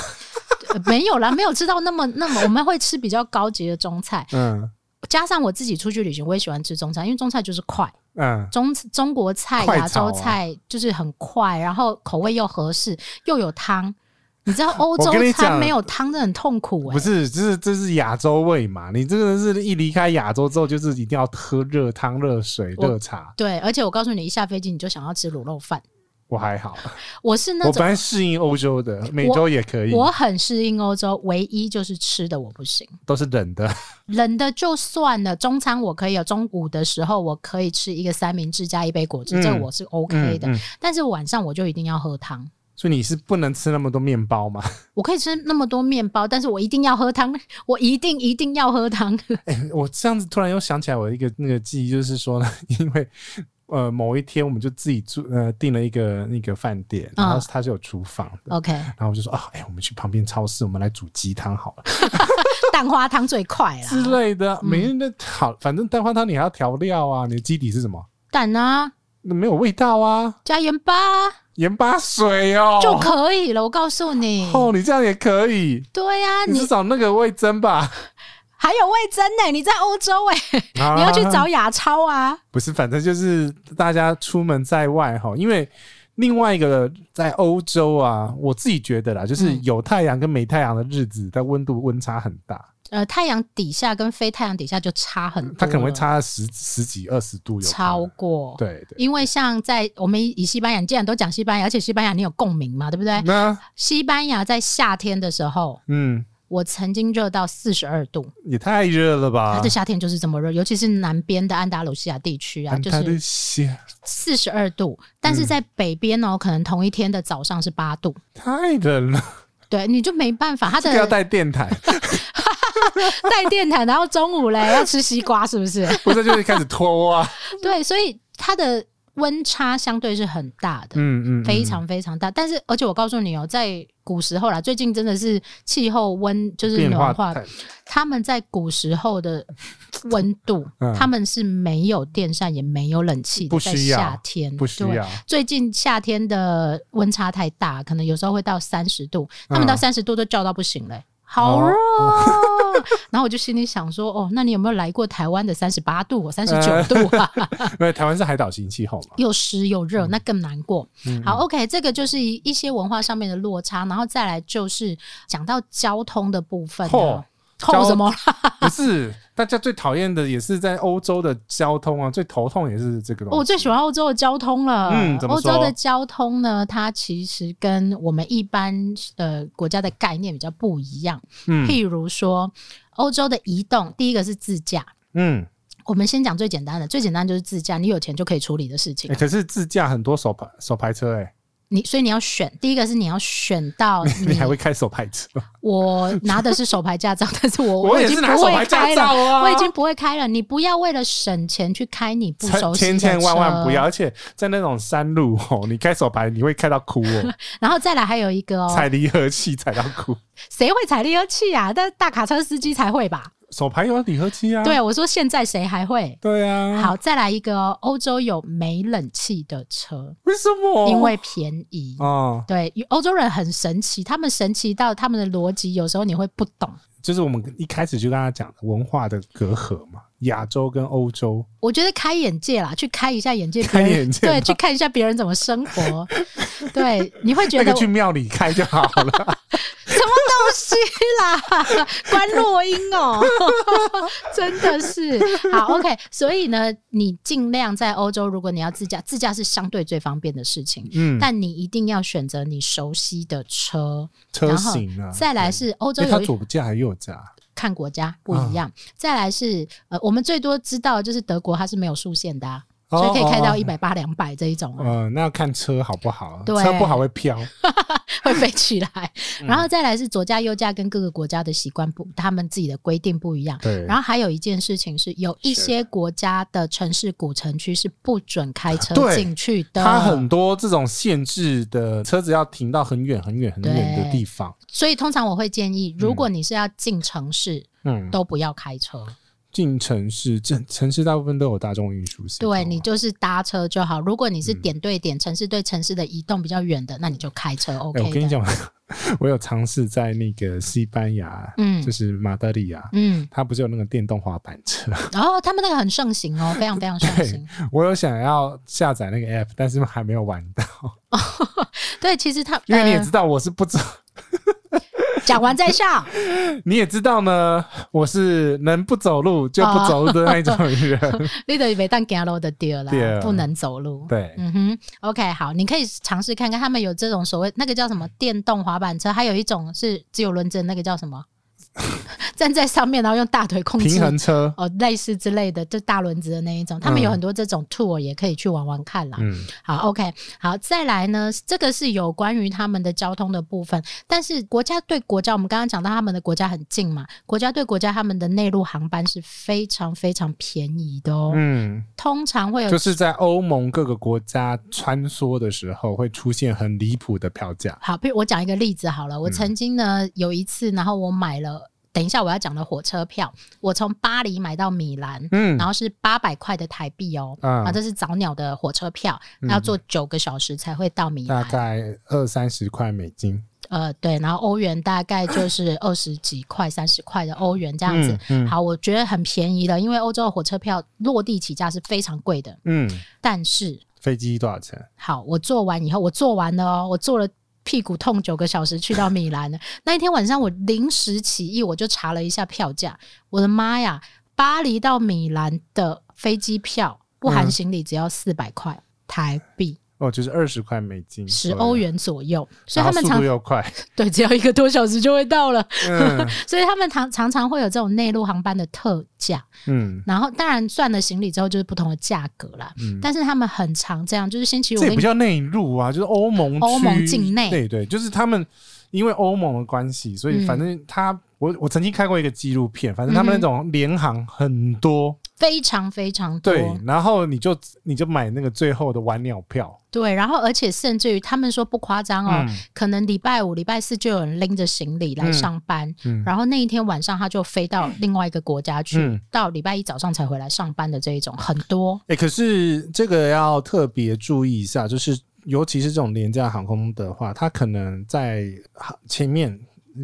呃没有啦，没有吃到那么 那么，我们会吃比较高级的中菜。嗯加上我自己出去旅行，我也喜欢吃中餐，因为中菜就是快，嗯，中中国菜、快亚炒洲啊菜就是很快，然后口味又合适，又有汤。你知道欧洲跟你餐讲没有汤真的很痛苦哎、不是，这是这是亚洲味嘛？你这个是一离开亚洲之后，就是一定要喝热汤、热水、我热茶。对，而且我告诉你，一下飞机你就想要吃卤肉饭。我还好，我是那我种本来适应欧洲的，美洲也可以，我很适应欧洲，唯一就是吃的我不行。都是冷的。冷的就算了，中餐我可以有，中午的时候我可以吃一个三明治加一杯果汁，嗯这我是 OK 的。嗯嗯但是晚上我就一定要喝汤。所以你是不能吃那么多面包吗？我可以吃那么多面包，但是我一定要喝汤，我一定一定要喝汤。我这样子突然又想起来我一个那个记忆，就是说呢， 因为呃某一天我们就自己住呃订了一个那个饭店，然后嗯它是有厨房的。 OK， 然后我就说啊，哎、我们去旁边超市，我们来煮鸡汤好了蛋花汤最快之啦，类的。啊每天的好，反正蛋花汤你还要调料啊，你的基底是什么？蛋啊，那没有味道啊，加盐巴、盐巴水哦，就可以了。我告诉你，哦，你这样也可以，对呀、你你是找那个味噌吧？还有味噌呢、你在欧洲哎、 你你要去找雅超啊。不是，反正就是大家出门在外哈，因为另外一个在欧洲啊，我自己觉得啦，就是嗯有太阳跟没太阳的日子，它温度温差很大，呃，太阳底下跟非太阳底下就差很多了，它可能会差十十几二十度有可嗯能超过。对对。因为像在我们以西班牙，你既然都讲西班牙，而且西班牙你有共鸣嘛，对不对？那西班牙在夏天的时候，嗯，我曾经热到四十二度，也太热了吧它的！夏天就是这么热，尤其是南边的安达卢西亚地区啊，但就它的是血四十二度，但嗯是在北边哦，可能同一天的早上是八度，太冷了，对，你就没办法，它这个要的带电台，带电台，然后中午嘞要吃西瓜，是不是？ 不是就是开始脱啊。对，所以它的温差相对是很大的。嗯嗯，嗯非常非常大，但是而且我告诉你哦，在古时候啦，最近真的是气候温就是变暖化化，太他们在古时候的温度， 嗯他们是没有电扇也没有冷气的，不在需要夏天不需对要，最近夏天的温差太大，可能有时候会到三十度，他嗯们到三十度都叫到不行嘞、好热哦、 然后我就心里想说，哦，那你有没有来过台湾的三十八 度、三十九度啊？因为台湾是海岛型气候 嘛。又湿又热，那更难过。嗯好，OK，这个就是一一些文化上面的落差，然后再来就是讲到交通的部分、吼啊。后交什么啦？不是，大家最讨厌的也是在欧洲的交通啊，最头痛也是这个东西。我最喜欢欧洲的交通了。哦嗯怎么欧洲说的交通呢，它其实跟我们一般呃国家的概念比较不一样。嗯譬如说，欧洲的移动，第一个是自驾。嗯、我们先讲最简单的，最简单就是自驾，你有钱就可以处理的事情欸。可是自驾很多手排手排车哎、你所以你要选，第一个是你要选到你你 还会开手排车？我拿的是手牌 驾照，但是 我我已也经是不拿手会开排驾了，照啊，我已经不会开了。你不要为了省钱去开你不熟悉的千车，千万万不要，而且在那种山路哦，你开手排你会开到哭哦，然后再来还有一个 哦，踩离合器踩到哭。谁会踩离合器啊？但是大卡车司机才会吧？手排有离合器啊，对，我说现在谁还会？对啊，，好，再来一个哦，欧洲有没冷气的车，为什么？因为便宜。哦，对，欧洲人很神奇，他们神奇到他们的逻辑有时候你会不懂。就是我们一开始就跟他讲文化的隔阂嘛，亚洲跟欧洲，我觉得开眼界啦，去开一下眼界，开别人眼界对，吗去看一下别人怎么生 活，对，你会觉那得个去庙里开就好 了。什么东西啦，关落音哦， 真的是好 OK。所以呢，你尽量在欧洲，如果你要自驾，自驾是相对最方便的事情，嗯，但你一定要选择你熟悉的车。车型啊，再来是欧洲对，因为有它一左啊驾还右驾，看国家不一样，再来是呃，我们最多知道的就是德国它是没有竖线的、啊。哦所以可以开到一百。百八、两百这一种啊、呃，那要看车好不好，啊对车不好会飘。 会飞起来。嗯然后再来是左驾右驾跟各个国家的习惯不，他们自己的规定不一样。对，然后后还有一件事情是，有一些国家的城市古城区是不准开车对进去的。它很多这种限制的车子要停到很远很远很远的对地方。所以通常我会建议，如果你是要进城市，嗯，都不要开车，进城市，城城市大部分都有大众运输系统啊。对你就是搭车就好。如果你嗯是点对点、城市对城市的移动比较远的，那你就开车哎、 OK 我跟你的。讲， 我有尝试在那个西班牙，嗯就是马德里啊，嗯，它不是有那个电动滑板车？ 然后他们那个很盛行哦，非常非常盛行。我有想要下载那个 app，但是还没有玩到，对，其实他因为你也呃知道我是不知，讲完再笑， 你也知道呢，我是能不走路就不走路的那一种人。你得没当走路的丢啦对啊，不能走路。 对，嗯哼，OK，好，你可以尝试看看，他们有这种所谓那个叫什么电动滑板车，还有一种是只有轮子，那个叫什么？ 站在上面，然后用大腿控制平衡车，哦，类似之类的，就大轮子的那一种，他们嗯有很多这种 tour 也可以去玩玩看啦。嗯，好，OK，好，再来呢，这个是有关于他们的交通的部分，但是国家对国家，我们刚刚讲到他们的国家很近嘛，国家对国家他们的内陆航班是非常非常便宜的哦，嗯，通常会有就是在欧盟各个国家穿梭的时候，会出现很离谱的票价。好，譬如我讲一个例子好了，嗯我曾经呢、有一次，然后我买了，等一下我要讲的火车票，我从巴黎买到米兰，嗯然后是八百块的台币哦，嗯啊，这是早鸟的火车票，嗯要坐九个小时才会到米大兰，概二三十块美金，呃，对，然后欧元大概 就是二十几块、三十块的欧元这样子。嗯嗯好，我觉得很便宜了，因为欧洲的火车票落地起价是非常贵的。嗯，但是，飞机多少钱？好，我做完以后，我做完了哦，我做了。屁股痛九个小时去到米兰了。那一天晚上我临时起意，我就查了一下票价。我的妈呀！巴黎到米兰的飞机票不含嗯行李只要四百块台币，哦，就是二十块美金，十欧，元左右。所以啊然后他们速常度又快，对，只要一个多小时就会到了。嗯所以他们常常常会有这种内陆航班的特价，嗯然后当然算了行李之后就是不同的价格啦。嗯，但是他们很常这样，就是星期五这也跟不叫内陆啊，就是欧盟区欧盟境内对对，就是他们因为欧盟的关系，所嗯以反正他我我曾经看过一个纪录片，反正他们那种联航很多，非常非常多。对，然后你就你就买那个最后的晚鸟票，对然后而且甚至于他们说不夸张哦，可能礼拜五、礼拜四就有人拎着行李来嗯上班，嗯然后那一天晚上他就飞到另外一个国家去，嗯到礼拜一早上才回来上班的这一种很多。哎、可是这个要特别注意一下，就是尤其是这种廉价航空的话，它可能在航前面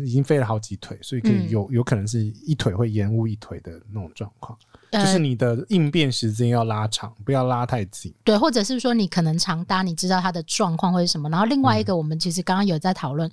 已经飞了好几腿，所以可以嗯有、有可能是一腿会延误一腿的那种状况，呃，就是你的应变时间要拉长，不要拉太紧。对，或者是说你可能常搭，你知道它的状况会是什么。然后另嗯外一个，我们其实刚刚有在讨论，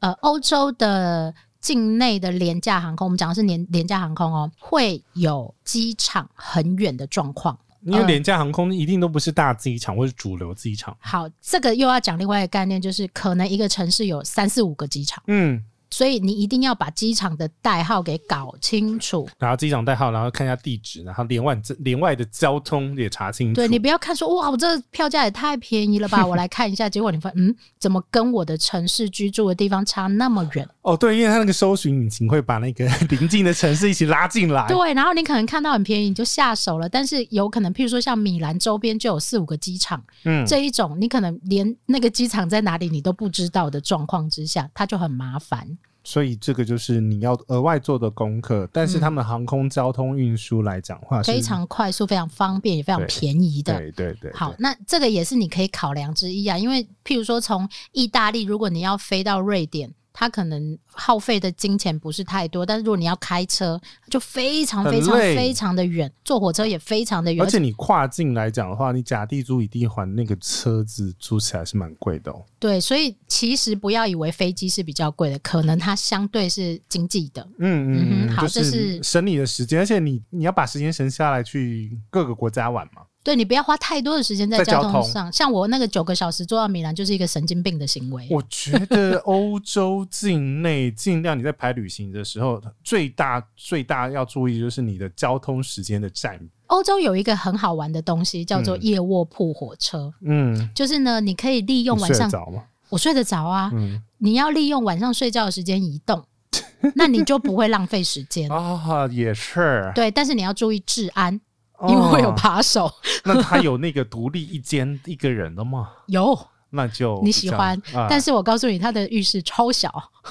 呃，欧洲的境内的廉价航空，我们讲的是廉廉价航空哦，会有机场很远的状况。因为嗯廉价航空一定都不是大机场或是主流机场，好，这个又要讲另外一个概念，就是可能一个城市有三四五个机场，嗯，所以你一定要把机场的代号给搞清楚。然后机场代号，然后看一下地址，然后连外连外的交通也查清楚。对你不要看说哇，我这票价也太便宜了吧，我来看一下，结果你发现嗯，怎么跟我的城市居住的地方差那么远？哦，对，因为它那个搜寻引擎会把那个 邻近的城市一起拉进来。对，然后你可能看到很便宜你就下手了，但是有可能，譬如说像米兰周边就有四五个机场，嗯，这一种你可能连那个机场在哪里你都不知道的状况之下，它就很麻烦。所以这个就是你要额外做的功课。但是他们航空交通运输来讲话嗯是非常快速、非常方便，也非常啊对便宜的。对对对，好对，，那这个也是你可以考量之一啊，因为譬如说从意大利，如果你要飞到瑞典。它可能耗费的金钱不是太多，但是如果你要开车，就非常非常很累非常的远，坐火车也非常的远，而且你跨境来讲的话，你假地租一地还那个车子租起来是蛮贵的哦。对，所以其实不要以为飞机是比较贵的，可能它相对是经济的。嗯嗯哼好就这是省你的时间，而且你你要把时间省下来去各个国家玩嘛。对你不要花太多的时间在在交交通通上，像我那个九个小时坐到米兰就是一个神经病的行为。我觉得欧洲境内尽量你在排旅行的时候，最大最大要注意就是你的交通时间的占比。欧洲有一个很好玩的东西叫做嗯夜卧铺火车，嗯，就是呢，你可以利用你晚睡得上着吗？我睡得着啊，嗯。你要利用晚上睡觉的时间移动， 那你就不会浪费时间。啊，也是，对，但是你要注意治安，哦因为会有扒 手。那他有那个独立一间一个人的吗？ 有，那就你比喜较欢啊、但是我告诉你，它的浴室超小。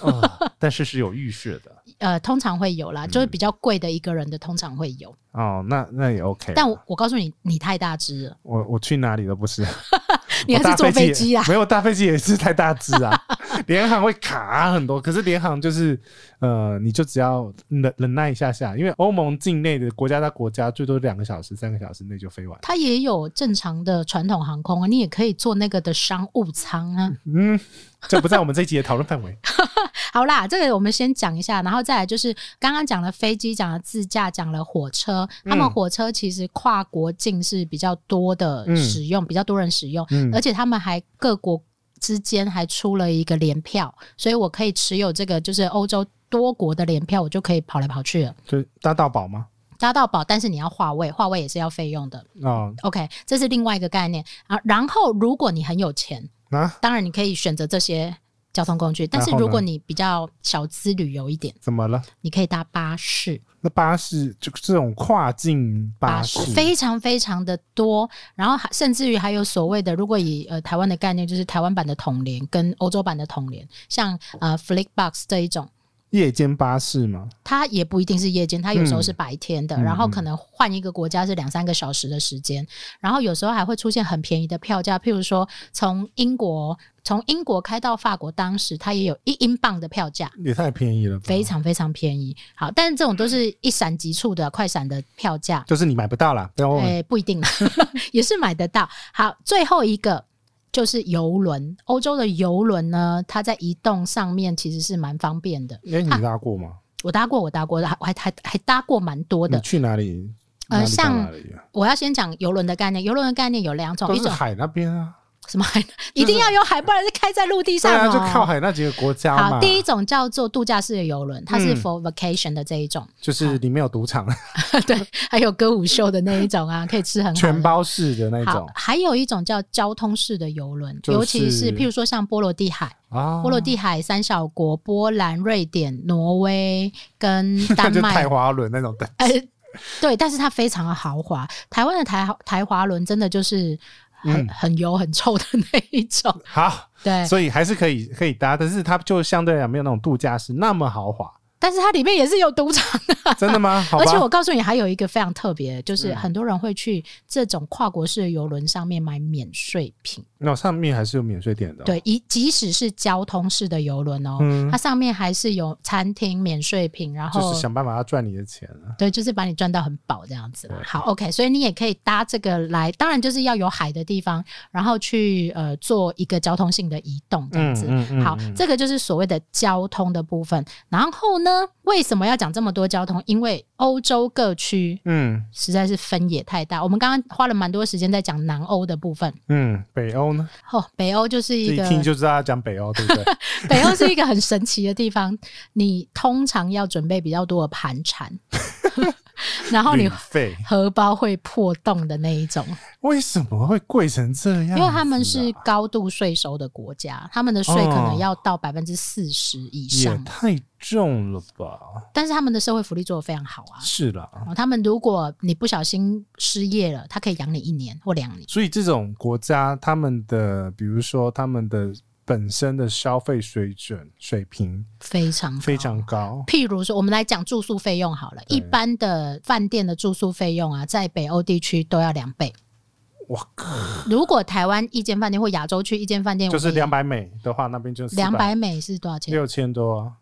啊但是是有浴室的呃，通常会有嗯啦，就是比较贵的一个人的通常会有。哦，那那也 OK。但我我告诉你，你太大只了，我我去哪里都不是， 你哦还我搭是坐飞飞机啊也？没有搭飞机也是太大只啊， 联航会卡很多。可是联航就是呃，你就只要忍忍耐一下下，因为欧盟境内的国家到国家最多两个小时、三个小时内就飞完。它也有正常的传统航空啊，你也可以坐那个的商务舱啊。嗯，这不在我们这一集的讨论范围。好啦，这个我们先讲一下，然后再来就是刚刚讲了飞机，讲了自驾，讲了火车。他们嗯火车其实跨国境是比较多的嗯使用，比较多人使用，嗯而且他们还各国之间还出了一个联票，所以我可以持有这个就是欧洲多国的联票，我就可以跑来跑去了。就搭到宝吗？搭到宝，但是你要化位，化位也是要费用的。哦， OK，这是另外一个概念啊。然后，如果你很有钱，啊，当然你可以选择这些交通工具，但是然后呢如果你比较小资旅游一点，怎么了？你可以搭巴士，那巴士就这种跨境巴士，非常非常的多。然后还甚至于还有所谓的，如果以呃台湾的概念，就是台湾版的统联跟欧洲版的统联，像呃 Flickbox 这一种。夜间巴士嘛，它也不一定是夜间，它有时候是白天的，嗯然后嗯可能换一个国家是两三个小时的时间，然后有时候还会出现很便宜的票价，譬如说从英国从英国开到法国，当时它也有一英镑的票价。也太便宜了吧，非常非常便宜，好，但是这种都是一闪即触的快闪的票价，就是你买不到啦，不要忘了。诶、哎不一定啦， 也是买得到。好，最后一个就是游轮，欧洲的游轮呢，它在移动上面其实是蛮方便的。哎、你搭过吗？我搭过，我搭过，还还还还搭过蛮多的你。去哪里？呃哪里到像哪里啊、我要先讲游轮的概念。游轮的概念有两种，都一是种海那边啊，什么海，一定要有海，不然是开在陆地对上啊，哦。就靠海那几个国家嘛。好，第一种叫做度假式的游轮，它是嗯 for vacation 的这一种， 就是里面有赌场，还有歌舞秀的那一种 啊，可以吃很好。全包式的那好种，。还有一种叫交通式的游轮，就是尤其是譬如说像波罗的海，啊，波罗的海三小国：波兰、瑞典、挪威 跟那丹就麦太。滑轮那种的，呃，对，但是它非常的豪华。台湾的台台华轮真的就是很、嗯很油很臭的那一种。好，对，所以还是可以可以搭，但是它就相对来讲没有那种度假式那么豪华，但是它里面也是有赌场的。真 的吗？好吧而且我告诉你，还有一个非常特别，就是嗯很多人会去这种跨国式的游轮上面买免税品。那、上面还是有免税店的、哦，，对，以即使是交通式的游轮哦，嗯它，上面还是有餐厅免税品，然后就是想办法要赚你的钱啊。对，就是把你赚到很饱这样子啦对。好，OK，所以你也可以搭这个来，当然就是要有海的地方，然后去呃做一个交通性的移动这样子。嗯嗯好，这个就是所谓的交通的部分。然后呢，为什么要讲这么多交通？因为欧洲各区嗯实在是分野太大。我们刚刚花了蛮多时间在讲南欧的部分。嗯，北欧呢，哦，北欧就是这一一个听就知道要讲北欧，对不对？北欧是一个很神奇的地方，你通常要准备比较多的盘缠， 然后旅你费荷包会破洞的那一种，为什么会贵成这样、因为他们是高度税收的国家，他们的税可能哦要到百分之四十以也上，太重了吧？但是他们的社会福利做得非常好啊。是啦，哦他们如果你不小心失业了，他可以养你一年或两年。所以这种国家他们的，比如说他们的本身的消费水准水平非常高非常高，譬如说，我们来讲住宿费用好了，对一般的饭店的住宿费用啊，在北欧地区都要两倍。我靠，如果台湾一间饭店或亚洲区一间饭店，就是两百美的话，那边就是两百美是多少钱？六千多啊，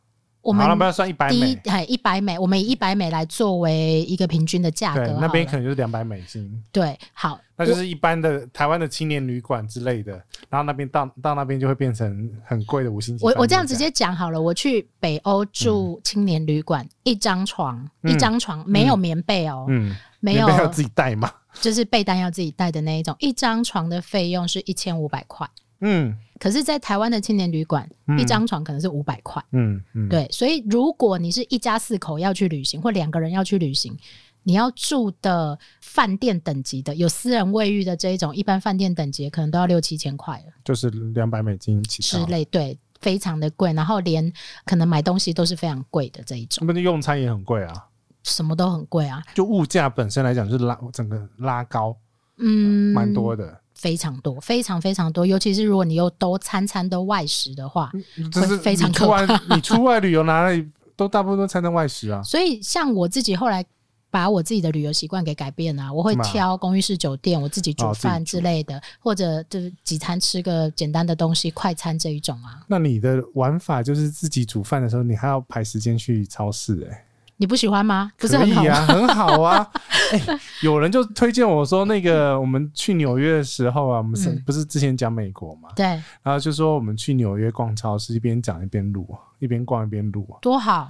我好了，不们要算一百第一美，哎一百美，我们以一百美来作为一个平均的价格对好，了，那边可能就是两百美金。对好，那就我是一般的台湾的青年旅馆之类的，然后那边到到那边就会变成很贵的五星级饭我店。我这样直接讲好了，我去北欧住青年旅馆，一张床，嗯一张床没有棉被哦，嗯，没有你们要自己带嘛，就是被单要自己带的那一种，一张床的费用是一千五百块。嗯可是，在台湾的青年旅馆，嗯一张床可能是五百块。嗯嗯，，对，所以如果你是一家四口要去旅行，或两个人要去旅行，你要住的饭店等级的，有私人卫浴的这一种，一般饭店等级可能都要六七千块了就是两百美金起之跳，类，对，非常的贵。然后连可能买东西都是非常贵的这一种，那边用餐也很贵啊，什么都很贵啊，就物价本身来讲就是拉整个拉高嗯，蛮多的，非常多，非常非常多。尤其是如果你又都餐餐都外食的话，就是非常你可出外你出外旅游哪里都大部分都餐餐外食啊，所以像我自己后来。把我自己的旅游习惯给改变啊，我会嘛挑公寓式酒店，我自己煮哦自己饭煮之类的，或者就是几餐吃个简单的东西，快餐这一种啊。那你的玩法就是自己煮饭的时候，你还要排时间去超市哎、你不喜欢吗？不是可很好以吗？ 啊，很好啊。 哎，有人就推荐我说，那个我们去纽约的时候啊，我们是嗯不是之前讲美国嘛？对，然后就说我们去纽约逛超市，一边讲一边录，啊一边逛一边录啊。多 好，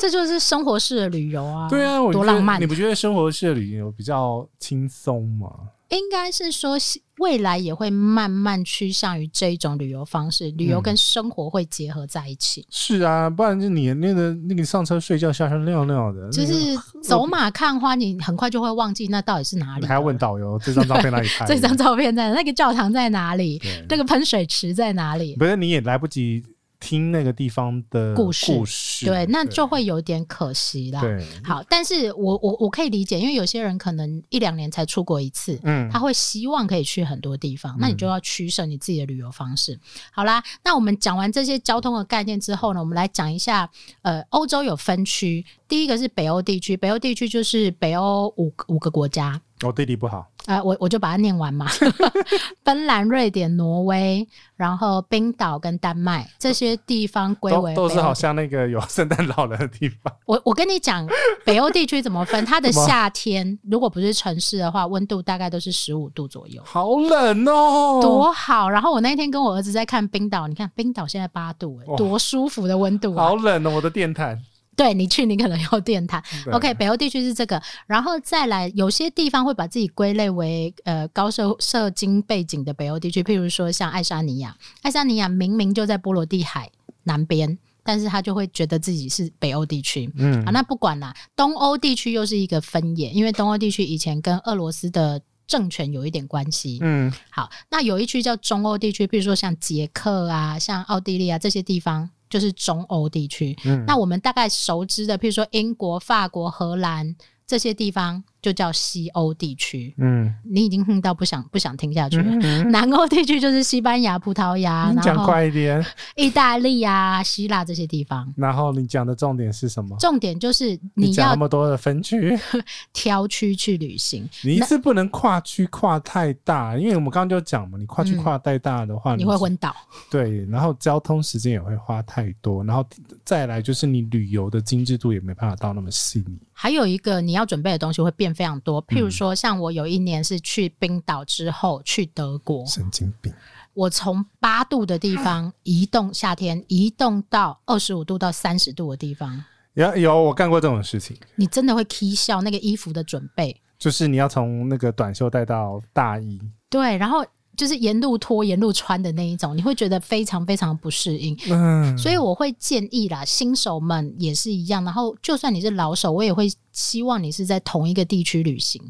这就是生活式的旅游啊。对啊，我多觉得浪漫你。不觉得生活式的旅游比较轻松吗？应该是说未来也会慢慢趋向于这一种旅游方式，旅游嗯跟生活会结合在一起。是啊，不然就你那个那个上车睡觉下车尿尿的，就那个是走马看花，你很快就会忘记那到底是哪里你了。还要问导游这张照片哪里拍 的？这张照片在哪那个教堂在哪里，对那个喷水池在哪里？不是你也来不及听那个地方的故事事对，那就会有点可惜啦。对，好，但是我我我可以理解，因为有些人可能一两年才出国一次，嗯他会希望可以去很多地方，那你就要取舍你自己的旅游方式。好啦，那我们讲完这些交通的概念之后呢，我们来讲一下，呃，欧洲有分区，第一个是北欧地区，北欧地区就是北欧五五个国家，我地理不好，呃，我我就把它念完嘛。 芬兰、瑞典、挪威，然后冰岛跟丹麦这些地方归都为都北是欧好地像那个有 圣诞老人的地方，我我跟你讲，北欧地区怎么分？它的怎么夏天如果不是城市的话，温度大概都是十五度左右。 好冷哦，多好！然后我那天跟我儿子在看冰岛，你看冰岛现在八度、哎，哇多舒服的温度啊！好冷哦，我的电毯。对你去，你可能有电毯。对 OK，北欧地区是这个，然后再来有些地方会把自己归类为呃高社社经背景的北欧地区，譬如说像爱沙尼亚，爱沙尼亚明明就在波罗的海南边，但是他就会觉得自己是北欧地区。嗯啊，那不管啦，东欧地区又是一个分野，因为东欧地区以前跟俄罗斯的政权有一点关系。嗯，好，那有一区叫中欧地区，比如说像捷克啊、像奥地利啊这些地方，就是中欧地区。嗯那我们大概熟知的，譬如说英国、法国、荷兰这些地方，就叫西欧地区。嗯，你已经哼到不想不想听下去了。嗯南欧地区就是西班牙、葡萄牙，你然讲后快一点。意大利啊、希腊这些地方。然后你讲的重点是什么？重点就是你你讲那要么多的分 区， 挑区去旅行，你一次不能跨区跨太大，因为我们刚刚就讲嘛，你跨区嗯跨太大的话，你会昏倒。对，然后交通时间也会花太多，然后再来就是你旅游的精致度也没办法到那么细腻。还有一个你要准备的东西会变非常多，譬如说，像我有一年是去冰岛之后去德国，神经病，我从八度的地方移动，夏天移动到二十五度到三十度的地方，有有我干过这种事情，你真的会 k 笑那个衣服的准备，就是你要从那个短袖带到大衣，对，然后就是沿路脱、沿路穿的那一种，你会觉得非常非常不适应。嗯，所以我会建议啦，新手们也是一样。然后，就算你是老手，我也会希望你是在同一个地区旅行。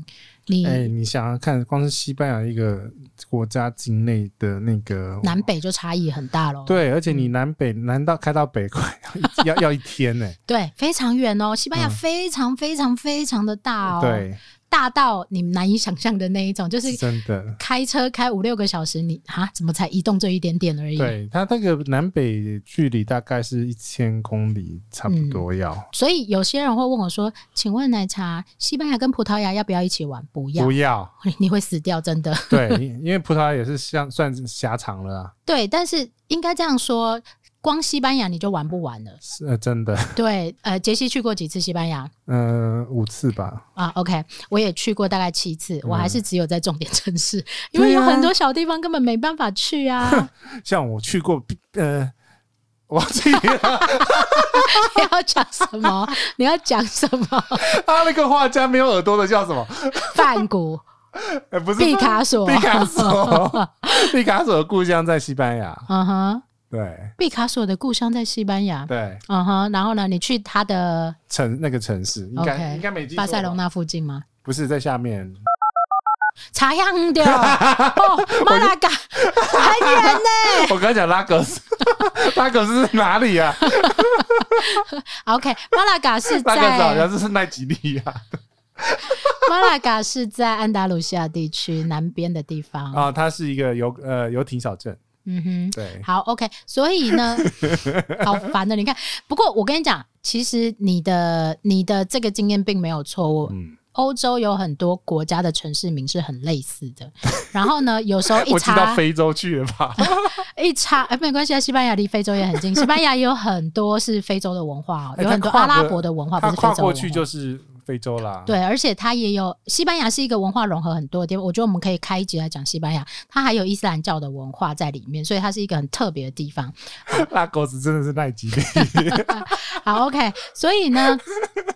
你哎、你想想看，光是西班牙一个国家境内的那个南北嗯就差异很大喽。对，而且你南北南到开到北快要 要一天呢、对，非常远哦，西班牙嗯非常非常非常的大哦，，对，大到你难以想象的那一种，就是真的。开车开五六个小时，你啊怎么才移动这一点点而已？对，它那个南北距离大概是一千公里，差不多要、所以有些人会问我说：“请问奶茶，西班牙跟葡萄牙要不要一起玩？”不要不，要 你会死掉，真的。对，因因为葡萄牙也是像算是狭长了啊，对，但是应该这样说，光西班牙你就玩不完了。是、呃、真的，对，呃，杰西去过几次西班牙嗯、五次吧，啊？OK，我也去过大概七次，我还是只有在重点城市，因嗯对为有啊很多小地方根本没办法去啊。像我去过，呃， 忘记了 你要讲什 么？你要讲什么？他那个画家没有耳朵的叫什么？ 梵谷、呃，不是毕卡索毕，卡索， 毕卡索的故乡在西班牙，嗯哼，对毕卡索的故乡在西班牙，对，嗯哼，然后呢，你去他的城那个城市应该 OK 应该没记错吧巴塞隆那附近吗？不是在下面，查样 掉哦，马拉嘎，很远呢。我刚讲拉格斯， 拉格斯是 哪里啊？ OK，马拉嘎 是拉格斯好在像是奈吉利亚马拉嘎是在安达卢西亚地区南边的地方。啊，它是一个游呃游艇小镇，嗯哼，对，好，OK，所以呢，好烦的，你看。不过我跟你讲，其实你的你的这个经验并没有错误。嗯，欧洲有很多国家的城市名是很类似 的，然后呢，有时候一我知道查非洲去了吧？一查，哎，没关系啊，西班牙离非洲也很近，西班牙也有很多是非洲的文化、哦，哎有很多它阿跨过拉伯的文化，不它是非洲跨的文化过去就是非洲啦，，对，而且它也有西班牙是一个文化融合很多的地方，我觉得我们可以开一集来讲西班牙，它还有伊斯兰教的文化在里面，所以它是一个很特别的地方。拉格斯真的是奈吉利，好，OK，所以呢，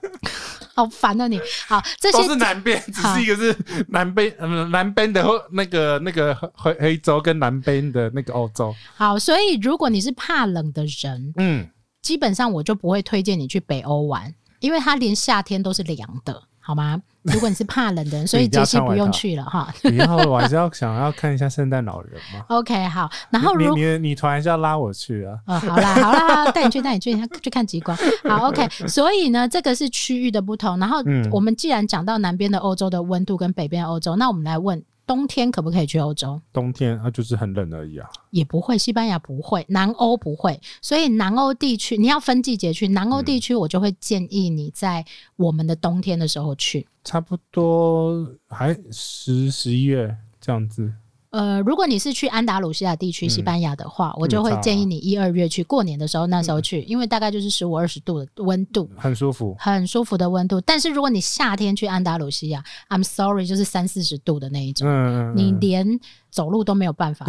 好烦啊你！好，这都些是南 边，只是一个是南边，嗯，南边的后那个那个黑黑洲跟南边的那个欧洲，好，所以如果你是怕冷的人，嗯，基本上我就不会推荐你去北欧玩，因为它连夏天都是凉的，好吗？如果你是怕冷的 人，所你以一定要杰西穿不外用套去了哈。以后我还是要想要看一下圣诞老人嘛。 OK，好， 然后你如你你你突然是要拉我去啊？哦，好啦，好啦，带你去，带你去，去看极光。好，OK。所 以呢，这个是区域的不同。然后嗯我们既然讲到南边的欧洲的温度跟北边的欧洲，那我们来问冬天可不可以去欧洲？冬天啊，就是很冷而已啊。也不会，西班牙不会，南欧不会。所以南欧地区你要分季节去，南欧嗯地区我就会建议你在我们的冬天的时候去。差不多还十十一月这样子。呃，如果你是去安达鲁西亚地区，西嗯班牙的话，我就没会差啊嗯建议你一二月去，过年的时候那时候去，因为大概就是十五二十度的温度。很舒服，很舒服的温度。但是如果你夏天去安达鲁西亚，I'm sorry，就是三四十度的那一种，嗯，嗯你嗯连走路都没有 办法。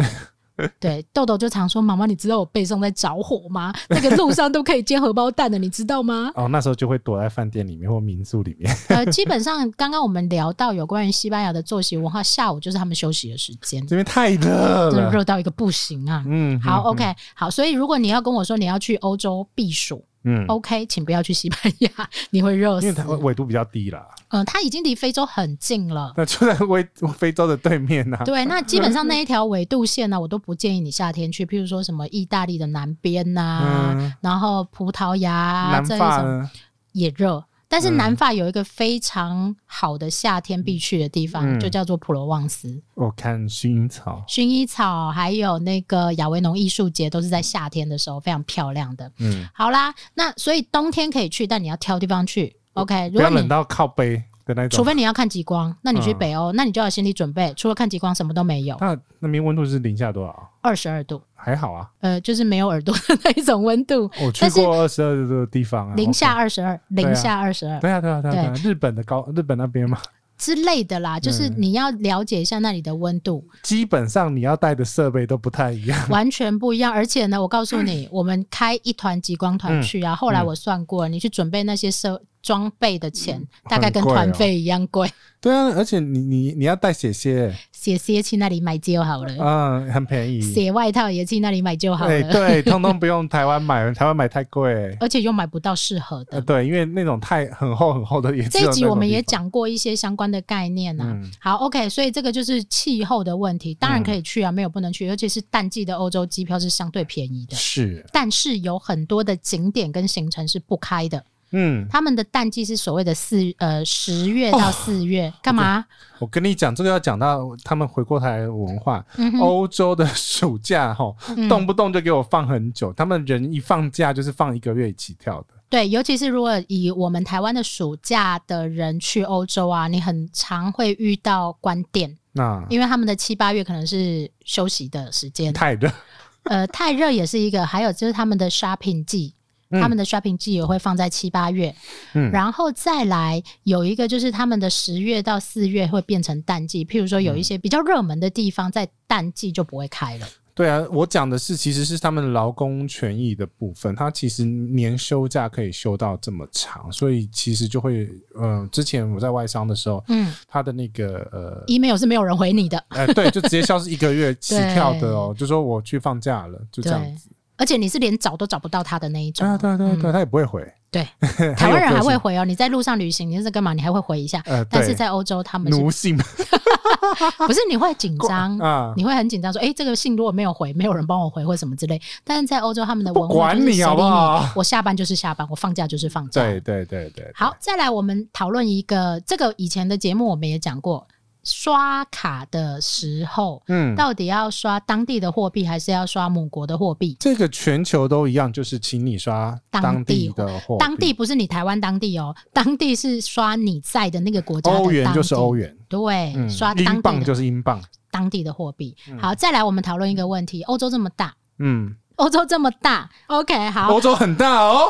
对，豆豆就常说：“妈妈，你知道我背上在着火吗？那个路上都可以煎荷包 蛋的，你知道吗哦，那时候就会躲在饭店里面或民宿里面，？” 呃，基本上刚刚我们聊到有关于西班牙的作息文化，下午就是他们休息的时间，这边太热真的了。热到一个不行啊！嗯，好嗯，OK，好，所以如果你要跟我说你要去欧洲避暑，嗯， OK，请不要去西班牙， 你会热因为哦死它。纬度比较低啦，嗯，它已经离非洲很近了。那就在 非非洲的对面啊呐、对，那基嗯本上那一条纬度线呢、我都不建议你夏天去，譬如说什么意大利的南边呐、嗯，然后葡萄牙啊南这一法种呢？也热。但是嗯南法有一个非常好的夏天必去的地方，嗯就叫做普罗旺斯。我看薰衣草，薰衣草还有那个亚维农艺术节都是在夏天的时候非常漂亮的。嗯，好啦，那所以冬天可以去，但你要挑地方去。OK，如不果要你冷到靠背的那种，除非你要看极光，那你去嗯啊北欧，那你就要有心理准备，除了看极光什么都没有，那那边温度是零下多少？二十二度，还好啊，呃，就是没有耳朵的那一种温度，我去但是过二十二度的地方啊，零下 OK。二十二，啊零下二十二对啊，对啊，对啊，对啊，日本的高，日本那边嘛，之类的啦，就是嗯你要了解一下那里的温 度，基本上你要带的设备都不太 一样。完全不一样。而且呢，我告诉 你，我们开一团极光团嗯去啊，后来我算过，你去准备那些设装备的钱，大概很跟贵团哦费一样贵。对啊，而且你你你要带写些，写鞋去那里买就好 了，嗯，很便宜。写外套也去那里买就好哎，了，对，通通不用台湾买，台湾买太 贵。而且又买不到适合的呃，。对，因为那种太很厚很厚的也只这有一那集种我们也地方，讲过一些相关的概念啊。嗯好，OK，所以这个就是气候的问题，当然可以去啊，没有不能去，尤其是淡季的欧洲机票是相对便宜的。是，但是有很多的景点跟行程是不开的，嗯，他们的淡季是所谓的四呃十月到四月，干嘛？我跟你讲，这个要讲到他们回过头来的文化，嗯哼，欧洲的暑假哈，嗯动不动就给我放很久，他们人一放假就是放一个月起跳的。对，尤其是如果以我们台湾的暑假的人去欧洲啊，你很常会遇到关店，那因为他们的七八月可能是休息的时间，太热，呃，太热也是一个，还有就是他们的 shopping 季。他们的 shopping 季也会放在七八月，嗯然后再来有一个就是他们的十月到四月会变成淡季，譬如说嗯有一些比较热门的地方在淡季就不会开了。对啊，我讲的是其实是他们劳工权益的部分，他其实年休假可以休到这么长，所以其实就会，呃，之前我在外商的时候，嗯他的那个呃。 ，email 是没有人回你的，呃， 对，就直接消失一个月起跳的哦，就说我去放假了，就这样对子。，而且你是连找都找不到他的那一种对啊，。对啊，对啊，对嗯啊，他也不会回。对，有台湾人还个会性回哦，你在路上旅行，你是干嘛？你还会回一下。呃，但是对，在欧洲，他们是 奴性不是你会紧张？啊，你会很紧张，说：“哎、这个信如果没有回，没有人帮我回或什么之类。”但是在欧洲，他们的文不化管就是你好谁不理好我下班就是下班，我放假就是放假。对对对对，对好，，再来我们讨论一个，这个以前的节目我们也讲过，刷卡的时候嗯，到底要刷当地的货币，还是要刷母国的货币？这个全球都一样，就是请你刷当地的货币，当地不是你台湾当地哦，当地是刷你在的那个国家的欧元当就是地欧元，对，嗯，刷当英地镑的就是英嗯镑，当地的货币。好，再来我们讨论一个问题：欧洲这么大，嗯，欧洲这么大，OK，好欧，洲很大哦，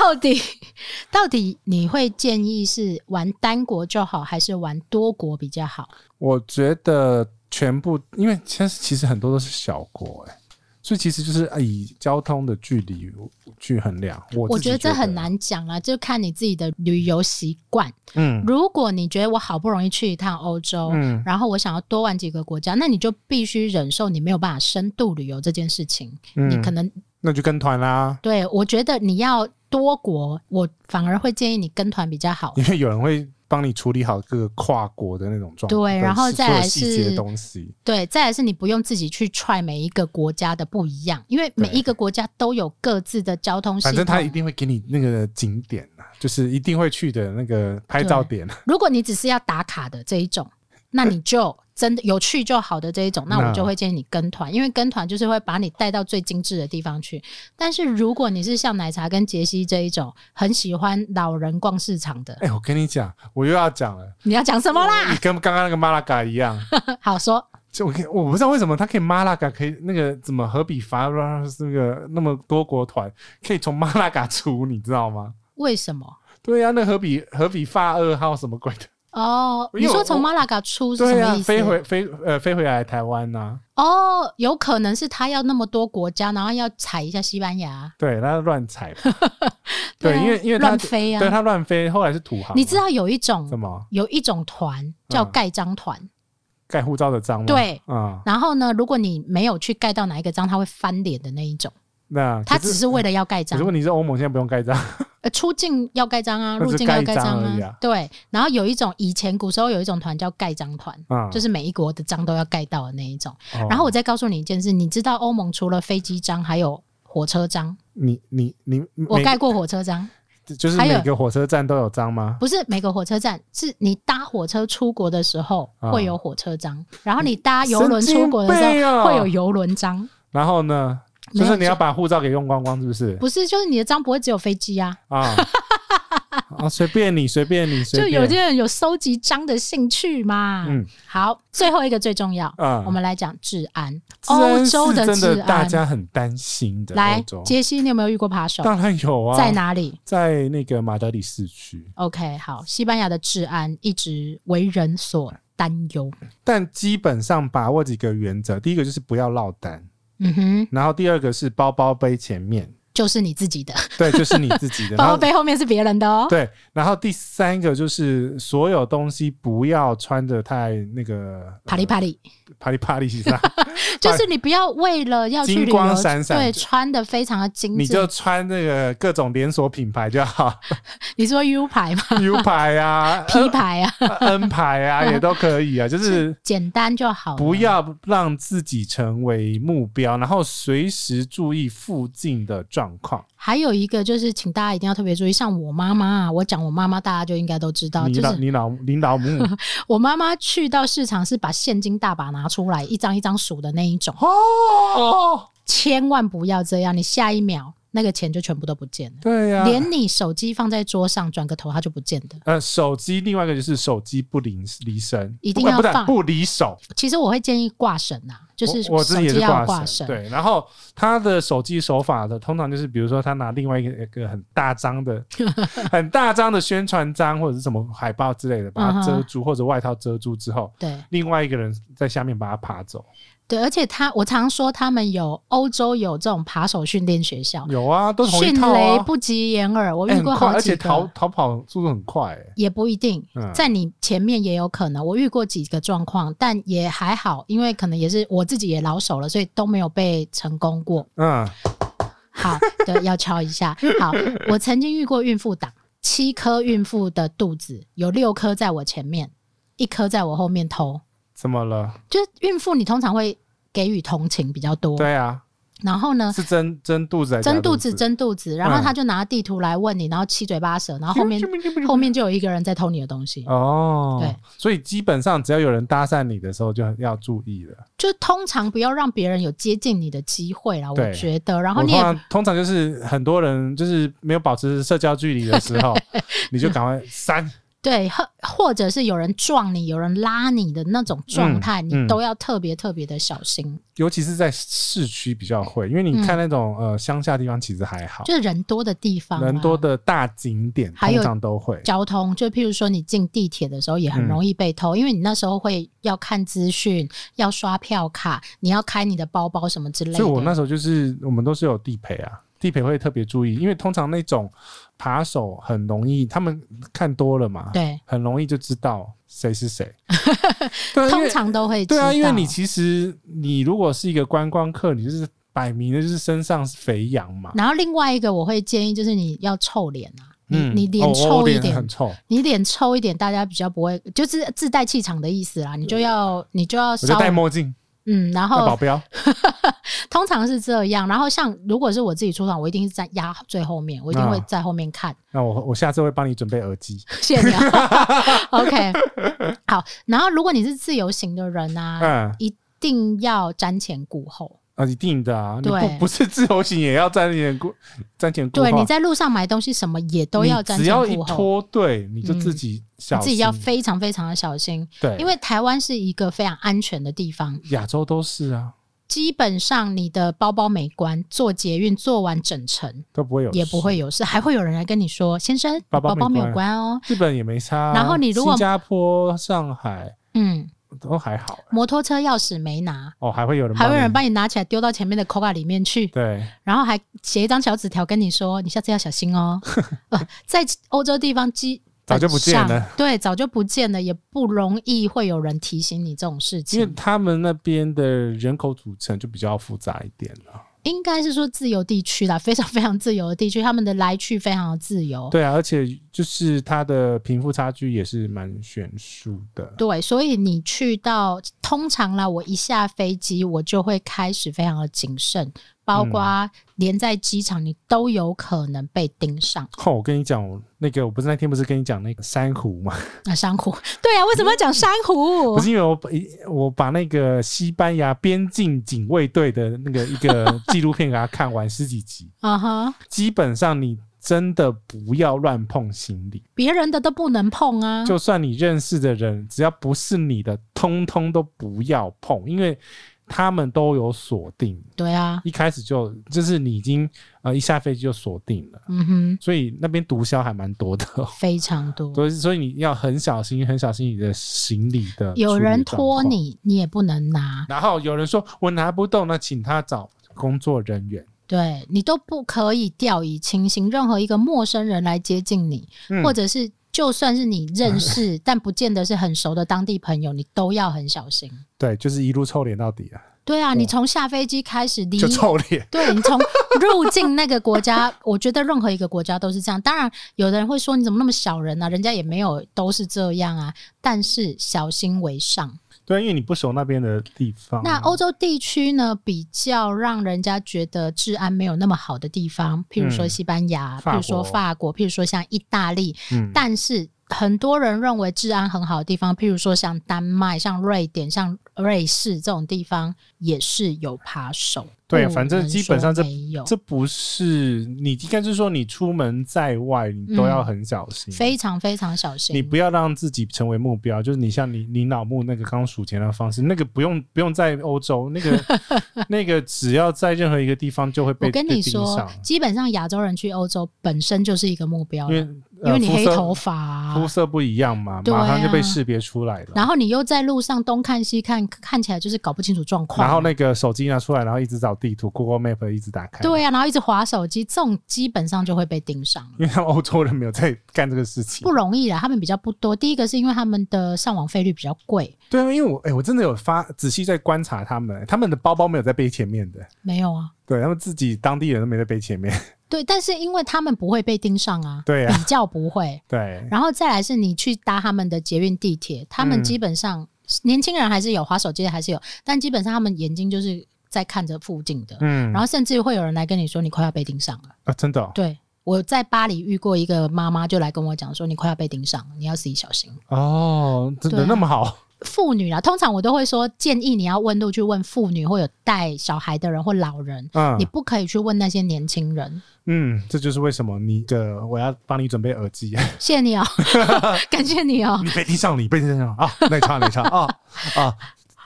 到底 到底你会建议是玩单国就好，还是玩多国比较好？我觉得全部，因为其实其实很多都是小国、哎，所以其实就是哎以交通的距离去衡量。我我自己觉得这很，难讲啦，就看你自己的旅游习惯。嗯如果你觉得我好不容易去一趟欧洲，嗯，然后我想要多玩几个国家，那你就必须忍受你没有办法深度旅游这件事情。嗯你可能那就跟团啦，对我觉得你要多国，我反而会建议你跟团比较好。因为有人会帮你处理好各个跨国的那种状对的然后所再来有细节是的东西，对，再来是你不用自己去踹每一个国家的不一样，因为每一个国家都有各自的交通系统。反正他一定会给你那个景点啊，就是一定会去的那个拍照点。如果你只是要打卡的这一种，那你就真的有去就好的这一种，那那我就会建议你跟团，因为跟团就是会把你带到最精致的地方去。但是如果你是像奶茶跟杰西这一种很喜欢老人逛市场的， 哎、我跟你讲，我又要讲了，你要讲什么啦？ 你跟刚刚那个马拉嘎一样， 好说，就我可以我不知道为什么他可以马拉嘎可以那个怎么和比法拉那个那么多国团可以从马拉嘎出，你知道吗？ 为什么？对呀、那和比和比法二号什么鬼的？哦，因你为说我从马拉嘎出 是什对呀、啊么意思？飞回飞呃飞回来台湾啊呐、哦，有可能是他要那么多国家，然后要踩一下西班牙。对，他乱踩 嘛，对啊因为因为他乱飞啊对他乱飞，后来是土豪嘛，你知道有一什种么有一种团叫嗯盖章团，盖护照的章吗？对啊、然后呢，如果你没有去盖到哪一个章，它会翻脸的那一种。那他可只是是为了要盖章可是。问题是欧盟现在不用 盖章，呃，出境要盖章啊，那是入境要盖章盖章而已啊啊，对。然后有一种以前古时候有一种团叫盖章团，啊就是每一国的章都要盖到的那一种。哦然后我再告诉你一件事，你知道欧盟除了飞机章，还有火车章。你你你我每盖过火车章，就是还有每个火车站都有章吗？不是每个火车站，是你搭火车出国的时候啊会有火车章，然后你搭游轮出国的神经时病候啊会有游轮章。然后呢，没就有是你要把护照给用光光，是不是？不是，就是你的章不会只有飞机啊， 啊啊，随便你，随便你，随就便有些人有收集章的兴趣嘛。嗯好，最后一个最重要，啊我们来讲治安，治安欧洲是真治的大安。家很担心的。来欧洲，杰西，你有没有遇过扒手？当然有啊，在？哪里在那个马德里市区， ？OK，好，西班牙的治安一直为人所担忧。但基本上把握几个原则，第一个就是不要落单，嗯哼，然后第二个是包包背前面，就是你自己的，对，就是你 自己的，然包后包背后面是别人的哦。对，然后第三个就是所有东西不要穿的太那个呃啪里啪里，啪里啪里是 吧？就是你不要为了要去旅金光游，闪闪对，就穿的非常的精你就致。穿那个各种连锁品牌就 好你说 U 牌吗，U 牌啊、 ？P 牌啊，呃 N 牌啊，也都可以啊，就是简单就好了。不要让自己成为目标，然后随时注意附近的状况。还有一个就是，请大家一定要特别注意，像我妈妈啊，我讲我妈妈，大家就应该都知道，你哦就老是你老你老 母我妈妈去到市场是把现金大把拿出来，一张一张数的那一种，哦，千万不要这样，你下一秒那个钱就全部都不见了，对啊呀、连你手机放在桌上转个头它就不见的。呃，手机另外一个就是手机不离离身，一定不要不但放不离手，其实我会建议挂绳啊，就是我我自手己也机是要挂绳，对。然后他的手机手法的，通常就是比如说他拿另外一个一个很大张 的、很大张的宣传章或者是什么海报之类的，把嗯它遮住、或者外套遮住之后，对另外一个人在下面把它爬走。对，而且他我常说他们有欧洲有这种扒手训练学校，有啊，都同一迅套雷啊。不及掩耳，我哎遇很过快，好而几且个。逃逃跑速度很快、哎也不一定嗯，在你前面也有可能。我遇过几个状况，但也还好，因为可能也是我自己也老手了，所以都没有被成功过。嗯，好，对，要敲一下。好，我曾经遇过孕妇党，七颗孕妇的肚子有六颗在我前面，一颗在我后面偷。怎么了？就是孕妇，你通常会给予同情比较多。对啊，然后呢，是真真肚子还是假真肚肚子真肚子，嗯然后他就拿地图来问你，然后七嘴八舌，然后后面后面就有一个人在偷你的东西。哦，对，所以基本上只要有人搭讪你的时候，就要注意了。就通常不要让别人有接近你的机会啦，我对觉得。然后我你通也常通常就是很多人就是没有保持社交距离的时 候，你就赶快删。对，或或者是有人撞你、有人拉你的那种状态，嗯你都要特别特别的小心。尤其是在市区比较会，因为你看那种、呃乡下地方其实还嗯好，就是人多的地方、人多。的大景点还有通常都会。交通，就譬如说你进地铁的时候也嗯很容易被偷，因为你那时候会要看资讯、要刷票卡、你要开你的包包什么之类的。所以我那时候就是我们都是有地陪啊，地陪会特别注意，因为通常那种扒手很容易，他们看多了嘛，对，很容易就知道谁 是谁。对啊因为通常都会对啊，知因为道你其实你如果是一个观光客，你就是摆明的就是身上是肥羊嘛。然后另外一个我会建议就是你要臭脸啊，你你哦脸我臭一脸点，很臭，你脸臭一点，大家比较不会，就是自带气场的意思啦。你就要，你就要嗯我就稍戴微，墨镜，嗯，然戴保后镖。 通常是这样。然后像如果是我自己出场，我一定是在压最后面，我一啊定会在后面看，那我我下次会帮你准备耳机。谢谢你啊。OK，好。然后如果你是自由行的人啊，嗯一定要瞻前顾后。啊，一定的啊，你对不不是自由行也要瞻前顾瞻前顾后。对，你在路上买东西什么也都你要瞻只要前一顾后。脱队，你就嗯自己你小自心，己要非常非常的小心，对，因为台湾是一个非常安全的地方，亚洲都是啊，基本上你的包包没关，坐捷运坐完整程都不会有事，也不会有事，还会有人来跟你说：“先生，哦包包包包没没有关哦。日本也没差啊、然后你如果新加坡、上海”嗯，都还好、摩托车钥匙没拿，哦，还会有人还会有人帮帮你拿起来丢到前面的口卡里面去你，对，然后还写一张小纸条跟你说：“你下次要小心 哦。呃”在欧洲地方基早就不见了本上，对，早就不见了，也不容易会有人提醒你这种事因为情。他们那边的人口组成就比较复杂一点了。哎、应该是说自由地区啦，非常非常自由的地区，他们的来去非常的自由。对啊，而且就是它的贫富差距也是蛮悬殊的。对，所以你去到通常啦，我一下飞机我就会开始非常的谨慎，包嗯括连在机场你都有可能被盯上哦，我跟你讲，我那个我不是那天不是跟你讲那个珊瑚嘛？啊珊瑚。 对啊，为什么要讲珊瑚不？是因为我把一我把那个西班牙边境警卫队的那个一个纪录片给他看完十几集，啊哈，基本上你真的不要乱碰行李，别人的都不能碰啊。就算你认识的人，只要不是你的，通通都不要碰，因为他们都有锁定，对啊，一开始就就是你已经呃一下飞机就锁定了，嗯哼，所以那边毒枭还蛮多的、 哦。非常多。所以，所以你要很小心，很小心你的行李的。有人拖，你，你也不能拿，然后有人说我拿不动，那请他找工作人员。对你都不可以掉以轻心，任何一个陌生人来接近你，嗯或者是就算是你 认识但不见得是很熟的当地朋友，你都要很小心。对，就是一路臭脸到底啊，对啊，你从下飞机开始离就臭脸。 对你从入境那个国家，我觉得任何一个国家都是这样。当然，有的人会说你怎么那么小人啊？人家也没有都是这样啊。但是小心为上。对，因为你不熟那边的地方。那欧洲地区呢，比较让人家觉得治安没有那么好的地方，譬如说嗯西班牙，法譬如说国法国，譬如说像意大利。嗯但是很多人认为治安很好的地方，譬如说像丹麦、像瑞典、像瑞士这种地反正也是有扒手。对不反正能基说本上这没有。这不是你，应该是说你出门在外，你嗯都要很小心。非常非常小心。你不要让自己成为目标，就是你像你你老木那个刚数钱的方式，那个不用不用在欧 洲，那个那个只要在任何一个地方就会被我跟你被盯说上，基本上亚洲人去欧洲本身就是一个目标因为了，呃因为你黑肤色头发啊、肤色不一样嘛，对啊马上就被识别出来了。然后你又在路上东看西看，看起来就是搞不清楚状况。然后？那个手机拿出来，然后一直找地图，Google Map 一直打开。对，呀、啊然后一直划手机，这种基本上就会被盯上了因为他们欧洲人没有在干这个事情不。容易啊啦，他们比较不多。第一个是因为他们的上网费率比较贵，对，因为我哎、我真的有发仔细在观察他们，他们的包包没有在背前面的，没有啊。对他们自己当地人都没在背前面。对，但是因为他们不会被盯上啊，对啊比较不会。对，然后再来是你去搭他们的捷运、地铁，他们嗯基本上、年轻人还是有滑手机的还是有，但基本上他们眼睛就是在看着附近的，嗯，然后甚至会有人来跟你说你快要被盯上了。啊，真的、哦、对我在巴黎遇过一个妈妈，就来跟我讲说你快要被盯上了，你要自己小心。哦，真的对啊那么好？妇女啦，通常我都会说建议你要问路去问妇女或有带小孩的人或老人，嗯你不可以去问那些年轻人。嗯，这就是为什么你的我要帮你准备耳 机，谢谢你哦，感谢你哦。你被盯上了，你被盯上了 啊，那差那差啊啊，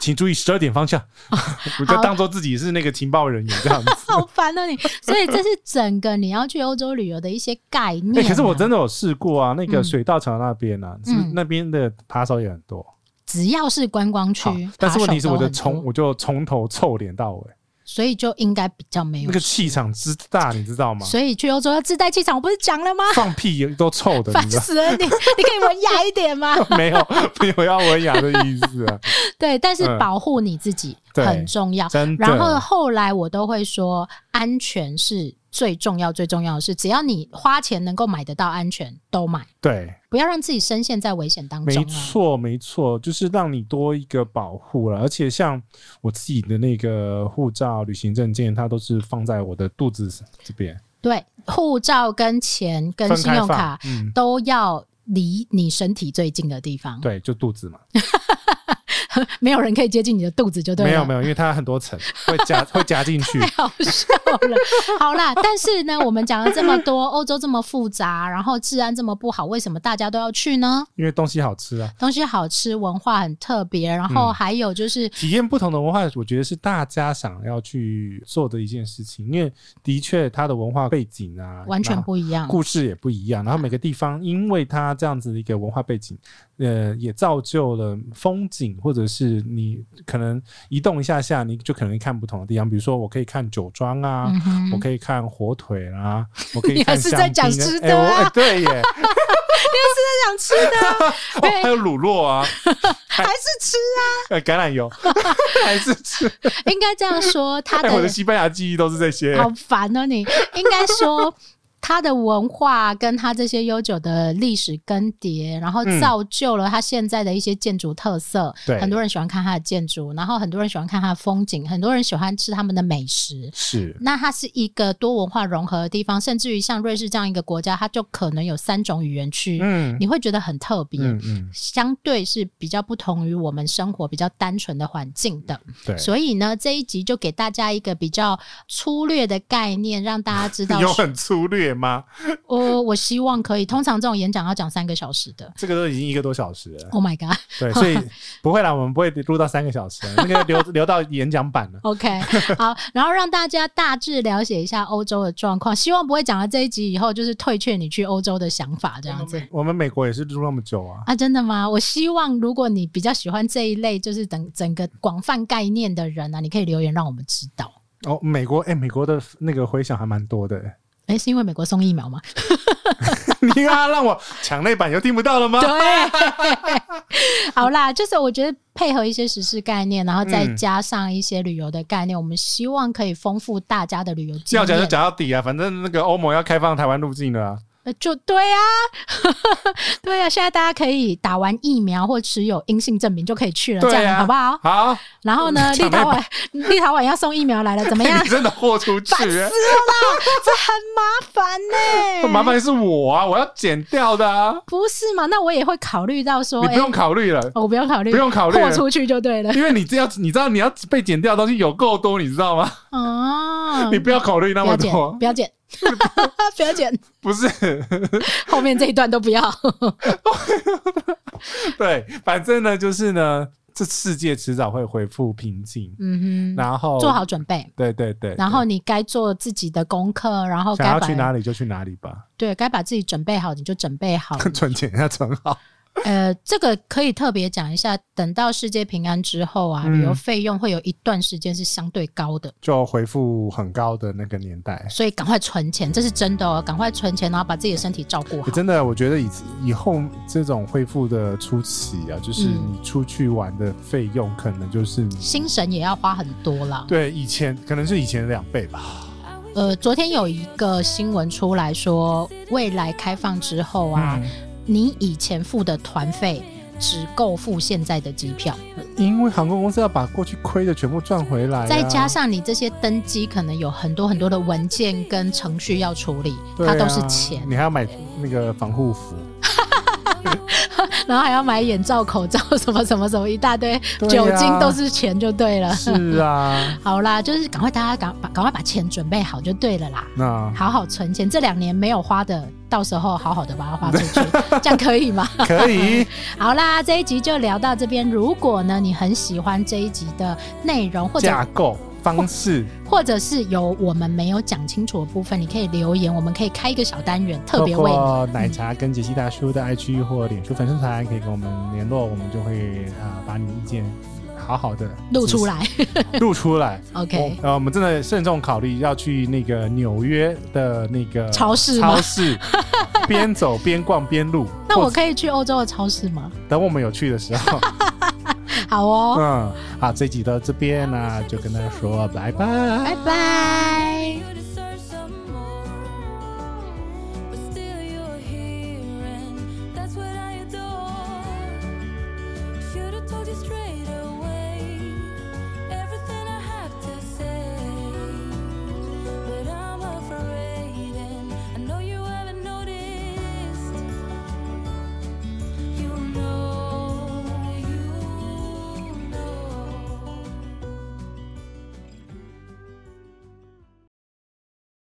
请注意十二点方向， 我就当做自己是那个情报人员 这样子。好烦啊你！所以这是整个你要去欧洲旅游的一些概哎、念啊、可是我真的有试过啊，那个嗯水道桥那边啊，是不是嗯那边的扒手也很多。只要是观光区好，但是问题是，我扒手都就很多从我就从头臭脸到尾，所以就应该比较没有那个。气场之大，你知道吗？所以去欧洲要自带气场，我不是讲了吗？放屁都臭的，烦你知道死了你！你可以文雅一点吗？ 没有没有要文雅的意思啊，对，但是嗯保护你自己对很重要。真的。然后后来我都会说，安全是最重要、最重要的事。只要你花钱能够买得到安全，都买，对，不要让自己深陷在危险当中没啊！错，没错，就是让你多一个保护了。而且像我自己的那个护照、旅行证件，它都是放在我的肚子这边，对，护照跟钱跟分信开用放卡，嗯，都要离你身体最近的地方，对，就肚子嘛。 没有人可以接近你的肚子，就对了。啊没有没有，因为它很多 层，会夹会夹进去。太好笑了， 好啦，但是呢，我们讲了这么多，欧洲这么复杂，然后治安这么不好，为什么大家都要去呢？因为东西好吃啊，东西好吃，文化很特别，然嗯后还有就是，体验不同的文化，我觉得是大家想要去做的一件事情。因为的确，它的文化背景啊，完全然后不一样。故事也不一样，然后每个地方因为它这样子的一个文化背景，呃，也造就了风景，或者是你可能移动一下下，你就可能看不同的地方。比如说，我可以看酒庄啊，嗯哼我 可以看火腿啊，我可以你还看是香在讲槟啊 吃的哎我 啊哎对耶，想吃的，啊 哦对还有乳 酪啊，还是吃啊？呃，橄 榄油还是吃。 应该这样说，他 哎，我的的西班牙记忆都是这些。好烦哦，你应该说。他的文化跟他这些悠久的历史更迭，然后嗯造就了他现在的一些建筑特色。对很多人喜欢看他的建筑，然后很多人喜欢看他的风景，很多人喜欢吃他们的美食。是，那它是一个多文化融合的地方，甚至于像瑞士这样一个国家，它就可能有三种语言区，嗯你会觉得很特别。嗯嗯，相对是比较不同于我们生活比较单纯的环境的，嗯对。所以呢，这一集就给大家一个比较粗略的概念，让大家知道 有说。哦很粗略吗？我我希望可以，通常这种演讲要讲三个小时的。这个都已经一个多小时了， Oh my god！ 对，所以不会啦，我们不会录到三个小时了，啊那个留 留到演讲版了。 OK，好，然后让大家大致了解一下欧洲的状况，希望不会讲到这一集以后就是退却你去欧洲的想法这样子。我们美国也是录那么久啊，啊，真的吗？我希望如果你比较喜欢这一类，就是整整个广泛概念的人啊，你可以留言让我们知道。哦，美国，哎、美国的那个回响还蛮多的、 哎、是因为美国送疫苗吗？你看他让我抢那版，又听不到了吗？对，好啦，就是我觉得配合一些时事概念，然后再嗯加上一些旅游的概念，我们希望可以丰富大家的旅游经要讲就验。讲到底啊，反正那个欧盟要开放台湾路径了啊、呃就对啊， 对啊，现在大家可以打完疫苗或持有阴性证明就可以去了，对啊这样好不好？好，然后呢，立 抢陶宛，立陶宛要送疫苗来了，怎么样？ 你真的豁出 去、欸这很麻烦 呢、麻烦的是我啊，我要剪掉的啊，不是嘛？那我也会考虑到说，你不哎、用考虑了，哦我不用考虑，不用考虑豁出去就对了。因为你这要，你知道你要被剪掉的东西有够多，你知道吗？哦， 你不要考虑那不么要剪，多不，要剪， 不要剪， 不是。 后面这一段都不要。对，反正呢，就是呢，这世界迟早会恢复平静，嗯哼，然后做好，准备。对对对，然后对你该做自己的功课，然后想该要把去哪里就去哪里吧， 对该把自己准备好，你就准备好。存钱要存好。 呃，这个可以特别讲一下，等到世界平安之后啊，嗯旅游费用会有一段时间是相对高的，就回复很高的那个年代。所以赶快存钱，这是真的哦，赶快存钱，然后把自己的身体照顾好欸、。真的，我觉得以以后这种恢复的初期啊，就是嗯你出去玩的费用，可能就是你、心神也要花很多啦。对以前可能是以前的两倍吧。呃，昨天有一个新闻出来说，未来开放之后啊，嗯你以前付的团费只够付现在的机票，因为航空公司要把过去亏的全部赚回来、啊，再加上你这些登机可能有很多很多的文件跟程序要处理，对啊它都是钱，你还要买那个防 护服，然后还要买眼罩、口罩什么什么什么一大堆，对啊酒精都是钱就对了。是啊。 好啦，就是赶快大家赶把赶快把钱准备好就对了啦。 那好好存钱，这两年没有花的，到时候好好的把它花出去， 这样可以吗？可以，好啦，这一集就聊到这边。如果呢你很喜欢这一集的内容，或者架构方式或者是有我们没有讲清楚的部分，你可以留言，我们可以开一个小单元，特透别嗯为你。过奶茶跟杰西大叔的 IG 或脸书粉丝团，可以跟我们联络，我们就会啊把你的意见好好的录出， 来录出来。 ，OK，我呃，我们真的慎重考虑要去那个纽约的那个超市吗超市 边走边逛边录。 那或我者可以去欧洲的超市吗？等我们有去的 时候，好哦，嗯，好，这集到这边呢、就跟大家说拜拜。拜拜。